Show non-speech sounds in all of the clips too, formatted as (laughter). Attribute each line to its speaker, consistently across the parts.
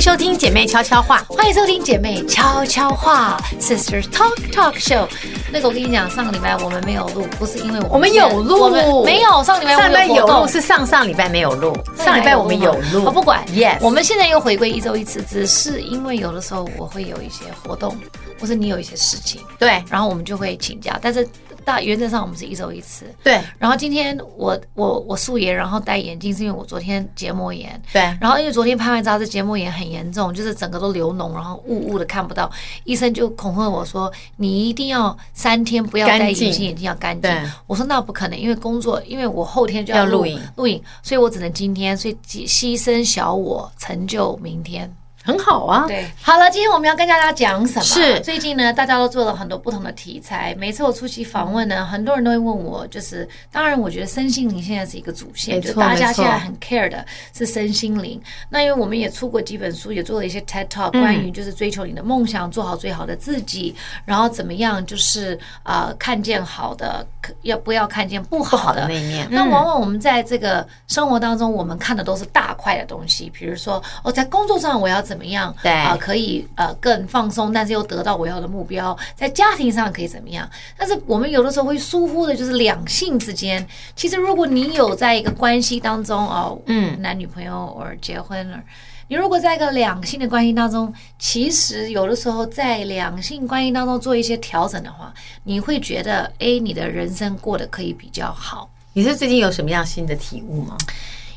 Speaker 1: 收听姐妹悄悄话，
Speaker 2: 欢迎收听姐妹悄悄话 Sister Talk Talk Show。那个我跟你讲，上个礼拜我们没有录，不是因为我
Speaker 1: 我们有录
Speaker 2: 我们没有上个礼拜我
Speaker 1: 上礼拜
Speaker 2: 们
Speaker 1: 有
Speaker 2: 有活
Speaker 1: 录
Speaker 2: 动。
Speaker 1: 是上上礼拜没有录，上礼拜我们有录，
Speaker 2: 我不管。
Speaker 1: ，yes，
Speaker 2: 我们现在又回归一周一次，只是因为有的时候我会有一些活动，或者你有一些事情，
Speaker 1: 对
Speaker 2: 然后我们就会请假。但是大原则上我们是一周一次。
Speaker 1: 对
Speaker 2: 然后今天我我我素颜，然后戴眼镜，是因为我昨天结膜炎。
Speaker 1: 对
Speaker 2: 然后因为昨天拍完照，这结膜炎很严重，就是整个都流脓，然后雾雾的看不到。医生就恐吓我说：“你一定要三天不要戴
Speaker 1: 干
Speaker 2: 隐
Speaker 1: 净
Speaker 2: 形眼镜，要干净
Speaker 1: 对。”
Speaker 2: 我说：“那不可能，因为工作，因为我后天就要
Speaker 1: 要录
Speaker 2: 录
Speaker 1: 影
Speaker 2: 录影，所以我只能今天，所以牺牺牲小我，成就明天。”
Speaker 1: 很好啊，
Speaker 2: 对，哦好了，今天我们要跟大家讲什么？
Speaker 1: 是
Speaker 2: 最近呢，大家都做了很多不同的题材。每次我出席访
Speaker 1: 嗯
Speaker 2: 问呢，很多人都会问我，就是当然，我觉得身心灵现在是一个主线，
Speaker 1: 没
Speaker 2: 就
Speaker 1: 错
Speaker 2: 是大家
Speaker 1: 没错
Speaker 2: 现在很 care 的是身心灵。那因为我们也出过几本书，也做了一些 TED Talk，关于就是追求你的梦想，做好最好的自己，然后怎么样就是呃看见好的，可要不要看见不
Speaker 1: 不好
Speaker 2: 好
Speaker 1: 的
Speaker 2: 的
Speaker 1: 那一面，嗯
Speaker 2: 那嗯往往我们在这个生活当中，我们看的都是大块的东西，比如说哦，在工作上我要怎么样，
Speaker 1: 对
Speaker 2: 啊、可以呃更放松，但是又得到我要的目标；在家庭上可以怎么样？但是我们有的时候会疏忽的，就是两性之间。其实如果你有在一个关系当中哦，嗯，男女朋友或者结婚了。你如果在一个两性的关系当中，其实有的时候在两性关系当中做一些调整的话，你会觉得，哎，你的人生过得可以比较好。
Speaker 1: 你是最近有什么样新的体悟吗？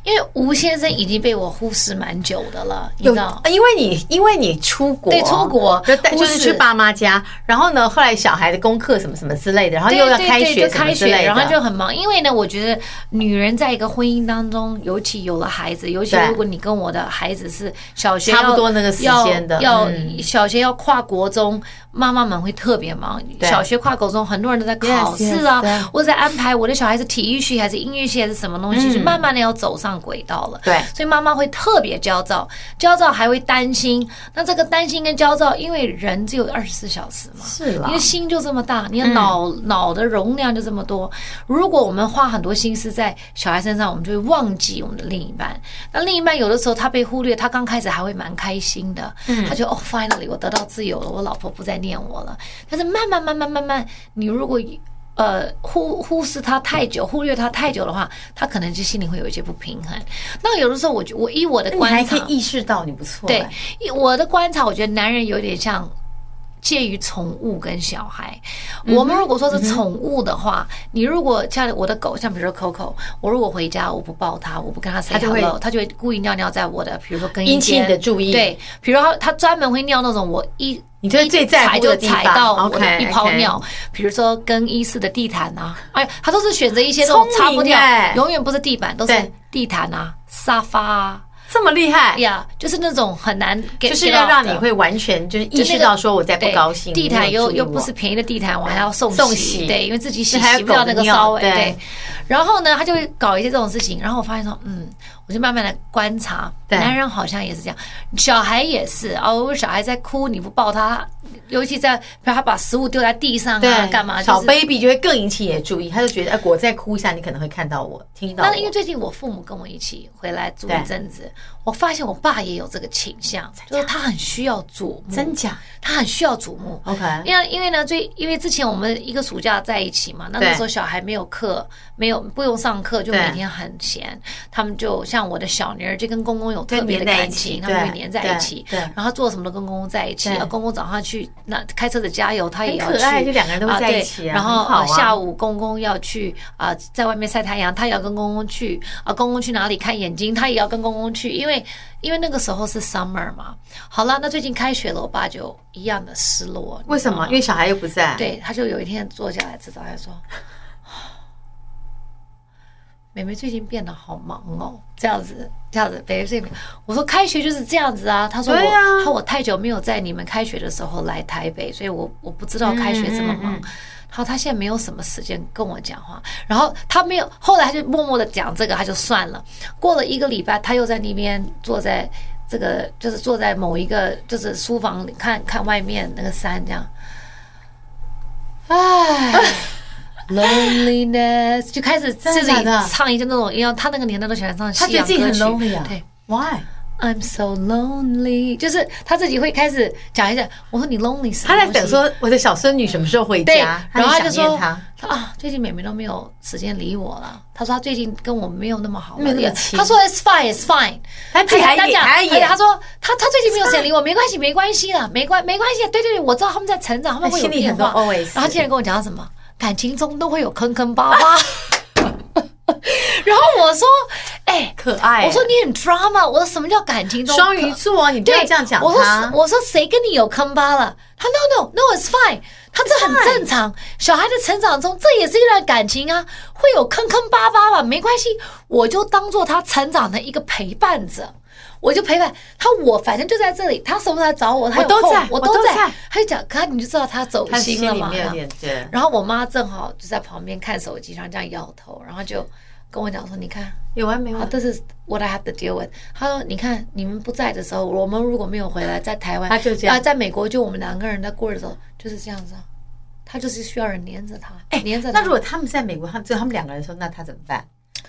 Speaker 2: 因为吴先生已经被我忽视蛮久的了，你知道？
Speaker 1: 呃因为你因为你出国，
Speaker 2: 对出国
Speaker 1: 就带就
Speaker 2: 忽
Speaker 1: 是
Speaker 2: 视
Speaker 1: 去爸妈家，然后呢，后来小孩的功课什么什么之类的，然后又要
Speaker 2: 对
Speaker 1: 开
Speaker 2: 对
Speaker 1: 学
Speaker 2: 对就
Speaker 1: 什么
Speaker 2: 开
Speaker 1: 之
Speaker 2: 学，
Speaker 1: 类的，
Speaker 2: 然后就很忙。因为呢，我觉得女人在一个婚姻当中，尤其有了孩子，尤其
Speaker 1: 对
Speaker 2: 如果你跟我的孩子是小学
Speaker 1: 差不
Speaker 2: 要
Speaker 1: 多那个时间的
Speaker 2: 要
Speaker 1: 嗯
Speaker 2: 要小学要跨国中，妈妈们会特别忙。
Speaker 1: 对
Speaker 2: 小学跨国中，很多人都在
Speaker 1: Yes,
Speaker 2: 考试啊
Speaker 1: yes，对，
Speaker 2: 或者在安排我的小孩是体育系还是音乐系还是什么东西，
Speaker 1: 嗯
Speaker 2: 就慢慢的要走上轨道了。
Speaker 1: 对
Speaker 2: 所以妈妈会特别焦躁，焦躁还会担心。那这个担心跟焦躁，因为人只有二十四小时嘛，
Speaker 1: 是啦嗯
Speaker 2: 你的心就这么大，你的脑、脑的容量就这么多。如果我们花很多心思在小孩身上，我们就会忘记我们的另一半。那另一半有的时候他被忽略，他刚开始还会蛮开心的，
Speaker 1: 嗯
Speaker 2: 他觉得哦，finally 我得到自由了，我老婆不再念我了。但是慢慢慢慢慢慢，你如果呃忽忽视他太久，忽略他太久的话，他可能就心里会有一些不平衡。那有的时候我觉，我以我的
Speaker 1: 那你还
Speaker 2: 观
Speaker 1: 可
Speaker 2: 察
Speaker 1: 以，意识到你不错，
Speaker 2: 对，以我的观察，我觉得男人有点像介于宠物跟小孩。
Speaker 1: 嗯
Speaker 2: 我们如果说是宠物的话，你如果像我的狗，像比如说 Coco，我如果回家我不抱它，我不跟它 say
Speaker 1: 它就会
Speaker 2: hello，它就会故意尿尿在我的，比如说更衣
Speaker 1: 引起你
Speaker 2: 间。
Speaker 1: 的注意，
Speaker 2: 对，比如它它专门会尿那种我一
Speaker 1: 你就是最在
Speaker 2: 踩
Speaker 1: 乎
Speaker 2: 就
Speaker 1: 的地
Speaker 2: 踩
Speaker 1: 方
Speaker 2: 到我的
Speaker 1: OK，
Speaker 2: 一泡
Speaker 1: OK
Speaker 2: 尿，比如说更衣室的地毯啊，哎，他都是选择一些这种
Speaker 1: 聪
Speaker 2: 擦不
Speaker 1: 明
Speaker 2: 掉
Speaker 1: 欸，
Speaker 2: 永远不是地板，都是
Speaker 1: 对
Speaker 2: 地毯啊、沙发啊，
Speaker 1: 这么厉害，
Speaker 2: 呀，就是那种很难 get
Speaker 1: 就是
Speaker 2: get
Speaker 1: 要
Speaker 2: out
Speaker 1: 让
Speaker 2: 的
Speaker 1: 你会完全就是
Speaker 2: 就
Speaker 1: 意
Speaker 2: 那个
Speaker 1: 识到说我在不
Speaker 2: 对
Speaker 1: 高兴，
Speaker 2: 地毯又又不是
Speaker 1: 是
Speaker 2: 便宜的地毯，我还要送
Speaker 1: 送洗
Speaker 2: 洗，对，因为自己洗
Speaker 1: 还有
Speaker 2: 洗不掉
Speaker 1: 狗
Speaker 2: 那个
Speaker 1: 尿
Speaker 2: 骚味，
Speaker 1: 对
Speaker 2: 对。然后呢，他就会搞一些这种事情，然后我发现说，嗯，我就慢慢的观察，
Speaker 1: 对
Speaker 2: 男人好像也是这样，小孩也是哦，如果小孩在哭，你不抱他，尤其在比如他把食物丢在地上啊，
Speaker 1: 对
Speaker 2: 干嘛？
Speaker 1: 小
Speaker 2: 就是
Speaker 1: baby 就会更引起你的注意，他就觉得哎，我再哭一下，你可能会看到我，听到
Speaker 2: 那因
Speaker 1: 我
Speaker 2: 为。最近我父母跟我一起回来住
Speaker 1: 对
Speaker 2: 一阵子，我发现我爸也有这个倾向，就是他很需要瞩目，
Speaker 1: 真假
Speaker 2: 他很需要瞩目。
Speaker 1: ？OK，
Speaker 2: 因为因为呢，最因为之前我们一个暑假在一起嘛，那那
Speaker 1: 对
Speaker 2: 时候小孩没有课，没有不用上课，就
Speaker 1: 对
Speaker 2: 每天很闲。他们就像我的小女儿，就跟公公有
Speaker 1: 对
Speaker 2: 特别的
Speaker 1: 黏在一
Speaker 2: 感
Speaker 1: 起
Speaker 2: 情，他
Speaker 1: 对
Speaker 2: 们会黏在
Speaker 1: 对
Speaker 2: 一起，
Speaker 1: 对
Speaker 2: 然后做什么都跟公公在一起。
Speaker 1: 对
Speaker 2: 然后公公早上去那开车子加油，他也
Speaker 1: 很
Speaker 2: 要
Speaker 1: 可爱，就
Speaker 2: 去。
Speaker 1: 两个人都会在
Speaker 2: 对
Speaker 1: 一起啊，
Speaker 2: 然后、
Speaker 1: 很好啊
Speaker 2: 呃下午公公要去啊、呃在外面晒太阳，他也要跟公公去啊、呃公公去哪里看眼睛，他也要跟公公去，因为因为那个时候是 summer 嘛。好了，那最近开学了，我爸就一样的失落。你
Speaker 1: 为什
Speaker 2: 知道吗
Speaker 1: 么？因为小孩又不在，，
Speaker 2: 对，他就有一天坐下来吃早餐说：“ (sighs) 妹妹最近变得好忙哦，这样子，这样子，妹妹最近……我说开学就是这样子啊。”他说我：“
Speaker 1: 对啊
Speaker 2: 他说我太久没有在你们开学的时候来台北，所以我我不知道开学这么忙。
Speaker 1: 嗯嗯
Speaker 2: 然后他现在没有什么时间跟我讲话，然后他没有，后来他就默默的讲这个，他就算了。过了一个礼拜，他又在那边坐在这个，就是坐在某一个就是书房里看看外面那个山这样。唉
Speaker 1: (laughs)
Speaker 2: ，loneliness 就开始自
Speaker 1: 真的
Speaker 2: 己
Speaker 1: 假的
Speaker 2: 唱一些那种，因为他那个年代都喜欢唱
Speaker 1: 他觉
Speaker 2: 西
Speaker 1: 得
Speaker 2: 洋
Speaker 1: 自己
Speaker 2: 歌
Speaker 1: 很
Speaker 2: 曲
Speaker 1: lonely 啊，
Speaker 2: 对
Speaker 1: ，Why？
Speaker 2: I'm so lonely，就是他自己会开始讲一讲。我说你 lonely 什么
Speaker 1: 他在
Speaker 2: 东
Speaker 1: 等
Speaker 2: 西
Speaker 1: 说我的小孙女什么时候回
Speaker 2: 对，
Speaker 1: 家，
Speaker 2: 然后
Speaker 1: 他
Speaker 2: 他
Speaker 1: 很
Speaker 2: 就
Speaker 1: 想
Speaker 2: 说
Speaker 1: 念她。
Speaker 2: 啊，最近妹妹都没有时间理我了。他说他最近跟我没有那么好
Speaker 1: 没有
Speaker 2: 玩
Speaker 1: 那么
Speaker 2: 也
Speaker 1: 亲
Speaker 2: 他说 It's fine, It's fine。
Speaker 1: 他自己还
Speaker 2: 哎他
Speaker 1: 演，
Speaker 2: 讲，
Speaker 1: 还
Speaker 2: 而且
Speaker 1: 演，
Speaker 2: 他说他他最近没有时间理我，没关系，没关系啦，没关没关系。对对对，我知道他们在成长，他们会有
Speaker 1: 心里
Speaker 2: 变
Speaker 1: 很多
Speaker 2: 化。
Speaker 1: OS
Speaker 2: 然后他竟然跟我讲什么，感情中都会有坑坑巴巴。 (laughs) 然后我说，哎、
Speaker 1: 可爱。
Speaker 2: 我说你很 drama，我说什么叫感情中
Speaker 1: 双鱼
Speaker 2: 可
Speaker 1: 座，你不
Speaker 2: 对，
Speaker 1: 要这样讲
Speaker 2: 我说
Speaker 1: 他。
Speaker 2: 我说谁跟你有坑疤了？他 no no no it's fine，他这很正常。小孩的成长中，这也是一段感情啊，会有坑坑巴巴吧，没关系，我就当做他成长的一个陪伴者。我就陪伴他，我反正就在这里，他什么时候来找我，他有
Speaker 1: 我都
Speaker 2: 空
Speaker 1: 在
Speaker 2: 我
Speaker 1: 我
Speaker 2: 都
Speaker 1: 都
Speaker 2: 在
Speaker 1: 在。
Speaker 2: 他就讲，可他你就知道他走
Speaker 1: 他
Speaker 2: 心
Speaker 1: 心
Speaker 2: 了
Speaker 1: 里
Speaker 2: 嘛。
Speaker 1: 面有点对，
Speaker 2: 然后我妈正好就在旁边看手机，然后这样摇头，然后就跟我讲说：“你看，
Speaker 1: 有完没
Speaker 2: 啊
Speaker 1: 完？
Speaker 2: ，This is what I have to deal with。他说：“你看，你们不在的时候，我们如果没有回来，在台湾，
Speaker 1: 他就这样
Speaker 2: 啊，在美国就我们两个人在过日子，就是这样子啊。他就是需要人黏着他，黏着他。
Speaker 1: 哎那如果他们在美国，他们只有他们两个人的时候，那他怎么办？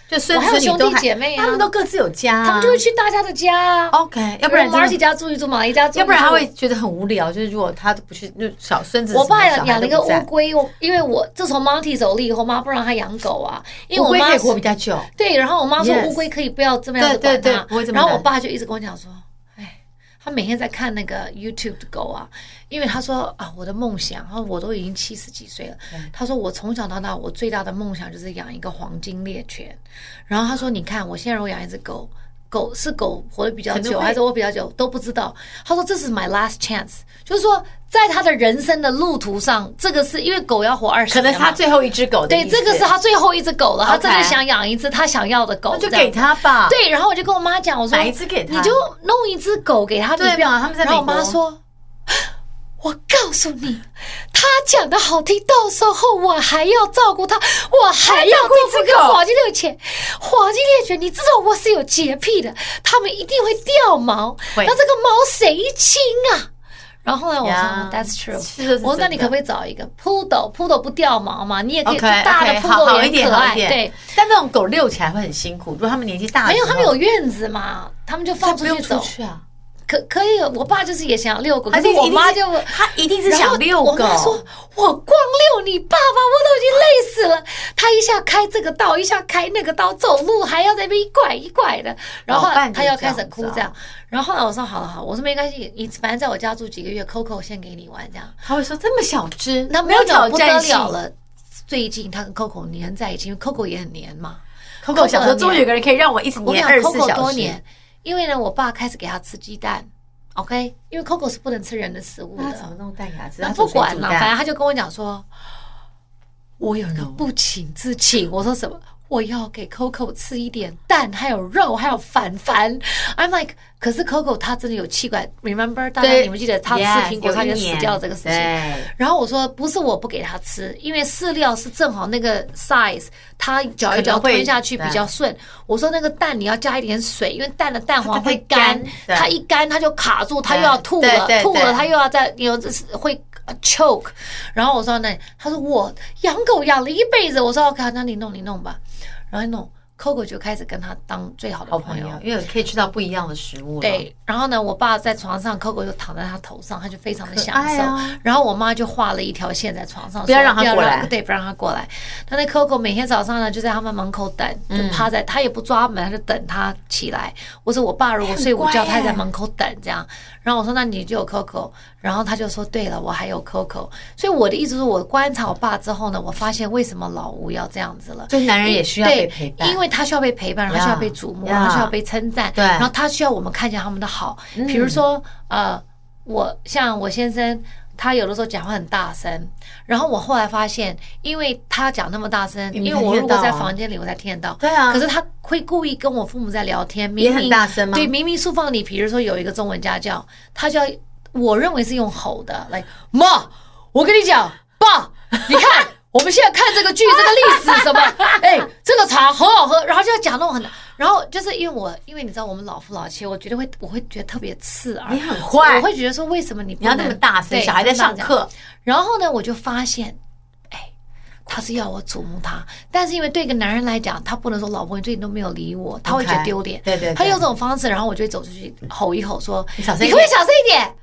Speaker 1: 就孙
Speaker 2: 我还有
Speaker 1: 孙女
Speaker 2: 兄
Speaker 1: 都
Speaker 2: 弟
Speaker 1: 还
Speaker 2: 姐妹啊
Speaker 1: 他们都各自有家啊，
Speaker 2: 他们就会去大家的家啊，
Speaker 1: OK，要不哦然
Speaker 2: 马尔
Speaker 1: 真
Speaker 2: 奇
Speaker 1: 的，
Speaker 2: 家住一住，马一家住一住，
Speaker 1: 要不然他会。觉得很无聊。就是如果他不去，那小孙子什
Speaker 2: 我
Speaker 1: 么小
Speaker 2: 爸养
Speaker 1: 孩
Speaker 2: 养
Speaker 1: 都
Speaker 2: 了一个
Speaker 1: 不在
Speaker 2: 乌龟，我因为我自从 Monty 走了以后，妈不让他养狗啊，因为
Speaker 1: 乌
Speaker 2: 我
Speaker 1: 龟
Speaker 2: 妈
Speaker 1: 可以活比较久，
Speaker 2: 对，然后我妈说
Speaker 1: Yes
Speaker 2: 乌龟可以不要这么样子
Speaker 1: 对
Speaker 2: 管
Speaker 1: 对
Speaker 2: 它
Speaker 1: 对不会这，么
Speaker 2: 然后我
Speaker 1: 难
Speaker 2: 爸就一直跟我讲说，哎，他每天在看那个 YouTube 的狗啊，因为他说啊，我的梦想，然后我都已经七十几岁了，
Speaker 1: 嗯
Speaker 2: 他说我从小到大我最大的梦想就是养一个黄金猎犬，然后他说你看我现在如果养一只狗。狗是狗活得比较
Speaker 1: 可能
Speaker 2: 久，
Speaker 1: 会
Speaker 2: 还是我比较久都不知道。他说这是 my last chance，就是说在他的人生的路途上，这个是因为狗要活二十
Speaker 1: 可
Speaker 2: 年
Speaker 1: 能
Speaker 2: 嘛，
Speaker 1: 是他最后一只狗的
Speaker 2: 对，
Speaker 1: 意思
Speaker 2: 这个是他最后一只狗了，他
Speaker 1: OK
Speaker 2: 真的想养一只他想要的狗，
Speaker 1: 那就
Speaker 2: 这样
Speaker 1: 给。他吧。，
Speaker 2: 对，然后我就跟我妈讲，我说
Speaker 1: 买一只给他
Speaker 2: 你就弄一只狗给他，
Speaker 1: 对
Speaker 2: 你不要
Speaker 1: 嘛他们在美
Speaker 2: 然
Speaker 1: 国
Speaker 2: 后我妈
Speaker 1: (gasps)
Speaker 2: 说。我告诉你，他讲的好听，到时候我还要照顾他，我还要
Speaker 1: 顾
Speaker 2: 这
Speaker 1: 一只
Speaker 2: 个
Speaker 1: 狗
Speaker 2: 黄金猎犬。黄金猎犬，你知道我是有洁癖的，他们一定会掉毛，
Speaker 1: 会
Speaker 2: 那这个毛谁清啊？然后后来我说、
Speaker 1: 呀
Speaker 2: t h a t s true。
Speaker 1: 是是是
Speaker 2: 我说那你可
Speaker 1: 真
Speaker 2: 不可以找一个 poodle？poodle 不掉毛嘛？你也可以
Speaker 1: OK，
Speaker 2: 就大的
Speaker 1: OK，好
Speaker 2: poodle
Speaker 1: 好
Speaker 2: 也
Speaker 1: 一点，
Speaker 2: 很可
Speaker 1: 好
Speaker 2: 爱，
Speaker 1: 一点。
Speaker 2: 对。，
Speaker 1: 但那种狗遛起来会很辛苦。如果他们年纪大的
Speaker 2: 没
Speaker 1: 时
Speaker 2: 有，
Speaker 1: 候，
Speaker 2: 他们有院子嘛，他们就
Speaker 1: 他
Speaker 2: 放出
Speaker 1: 不用
Speaker 2: 去
Speaker 1: 出
Speaker 2: 走。
Speaker 1: 去啊。
Speaker 2: 可可以，我爸就是也想遛狗，可
Speaker 1: 而
Speaker 2: 是
Speaker 1: 且
Speaker 2: 我
Speaker 1: 一定
Speaker 2: 妈
Speaker 1: 是
Speaker 2: 就。
Speaker 1: 他一定是
Speaker 2: 然后
Speaker 1: 想遛
Speaker 2: 我
Speaker 1: 狗
Speaker 2: 妈，说：“我光遛你爸爸，我都已经累死了。他一下开这个道，一下开那个道，走路还要在那边一拐一拐的。然后
Speaker 1: 老伴就
Speaker 2: 他要开
Speaker 1: 这
Speaker 2: 始
Speaker 1: 样
Speaker 2: 哭
Speaker 1: 子啊
Speaker 2: 这样。然后后来我说：好了好了，我说没关系，你反正在我家住几个月，Coco 先给你玩这样。
Speaker 1: 他会说这么小只，
Speaker 2: 那
Speaker 1: 没有
Speaker 2: Mono
Speaker 1: 挑
Speaker 2: 不得
Speaker 1: 战性
Speaker 2: 了。了。最近他跟 Coco 黏在一起，因为 Coco 也很黏嘛。
Speaker 1: Coco 想说，
Speaker 2: 黏
Speaker 1: 终于有个人可以让我一直
Speaker 2: 我跟你
Speaker 1: 黏
Speaker 2: 讲
Speaker 1: 二十四
Speaker 2: Coco
Speaker 1: 小
Speaker 2: 多
Speaker 1: 时。
Speaker 2: 年，因为呢，我爸开始给他吃鸡蛋，OK，因为 Coco 是不能吃人的食物
Speaker 1: 那他怎么
Speaker 2: 的。
Speaker 1: 弄蛋牙齿？
Speaker 2: 那
Speaker 1: 他
Speaker 2: 不
Speaker 1: 煮水
Speaker 2: 管
Speaker 1: 煮
Speaker 2: 了，
Speaker 1: 蛋
Speaker 2: 反正他就跟我讲说，我有个
Speaker 1: No
Speaker 2: 不请自请。我说什么？我要给 Coco 吃一点蛋，还有肉，还有凡凡。I'm like，可是 Coco 他真的有气管，remember？大家
Speaker 1: 对
Speaker 2: 你们记得他吃
Speaker 1: Yes，
Speaker 2: 苹果
Speaker 1: 有
Speaker 2: 差
Speaker 1: 一
Speaker 2: 点死
Speaker 1: 年
Speaker 2: 掉这个事情。
Speaker 1: 对
Speaker 2: 然后我说不是我不给他吃，因为饲料是正好那个 size，它搅
Speaker 1: 可
Speaker 2: 一搅
Speaker 1: 能会
Speaker 2: 吞下去比较顺。我说那个蛋你要加一点水，因为蛋的蛋黄会干，
Speaker 1: 它会干对
Speaker 2: 它一干它就卡住，它又要吐了，
Speaker 1: 对对对
Speaker 2: 吐了它又要再有这是会 choke。然后我说那他说我养狗养了一辈子，我说 OK，那你弄你弄吧，然后一弄 Coco 就开始跟他当最好的
Speaker 1: 好
Speaker 2: 朋
Speaker 1: 朋
Speaker 2: 友
Speaker 1: 友。，因为可以吃到不一样的食物了。
Speaker 2: 对，然后呢，我爸在床上，Coco 就躺在他头上，他就非常的享
Speaker 1: 可爱
Speaker 2: 受。
Speaker 1: 啊
Speaker 2: 然后我妈就画了一条线在床上，
Speaker 1: 不要
Speaker 2: 说
Speaker 1: 让他过来
Speaker 2: 对，不让他过来。但那 Coco 每天早上呢，就在他们门口等，就趴
Speaker 1: 嗯
Speaker 2: 在，他也不抓门，他就等他起来。我说我爸如果睡午觉，
Speaker 1: 很乖耶
Speaker 2: 他也在门口等这样。然后我说那你就有 Coco，然后他就说对了，我还有 Coco。所以我的意思是我观察我爸之后呢，我发现为什么老吴要这样子了。
Speaker 1: 所以男人也需要
Speaker 2: 对
Speaker 1: 被陪伴，
Speaker 2: 因为他需要被陪伴，然后需要被瞩目，然后
Speaker 1: yeah
Speaker 2: 需要被称赞，
Speaker 1: 对嗯
Speaker 2: 然后他需要我们看见他们的好。比如说，呃，我像我先生，他有的时候讲话很大声，然后我后来发现，因为他讲那么大声，
Speaker 1: 你们
Speaker 2: 因为我
Speaker 1: 听得
Speaker 2: 如果
Speaker 1: 到啊
Speaker 2: 在房间里，我才听得到。
Speaker 1: 对啊
Speaker 2: 可是他会故意跟我父母在聊天，明
Speaker 1: 也
Speaker 2: 明
Speaker 1: 很大声吗
Speaker 2: 对，明明书房里，比如说有一个中文家教，他就要我认为是用吼的，来妈，我跟你讲，爸， (laughs) 你看我们现在看这个剧，这个历史
Speaker 1: (laughs)
Speaker 2: 什么，哎，这个茶好好喝，然后就要讲那种很，然后就是因为我，因为你知道我们老夫老妻，我觉得会，我会觉得特别刺耳，
Speaker 1: 你很坏
Speaker 2: 我会觉得说为什么你不
Speaker 1: 你要
Speaker 2: 能
Speaker 1: 那么大声，
Speaker 2: 对
Speaker 1: 小孩在上
Speaker 2: 不能这样
Speaker 1: 课，
Speaker 2: 然后呢，我就发现，哎，他是要我瞩目他，但是因为对一个男人来讲，他不能说老婆你最近都没有理我，他会觉得丢脸。
Speaker 1: 对对对
Speaker 2: 他用这种方式，然后我就会走出去吼一吼说：“
Speaker 1: 你
Speaker 2: 你
Speaker 1: 小
Speaker 2: 可
Speaker 1: 声一点
Speaker 2: 不可以小声一点？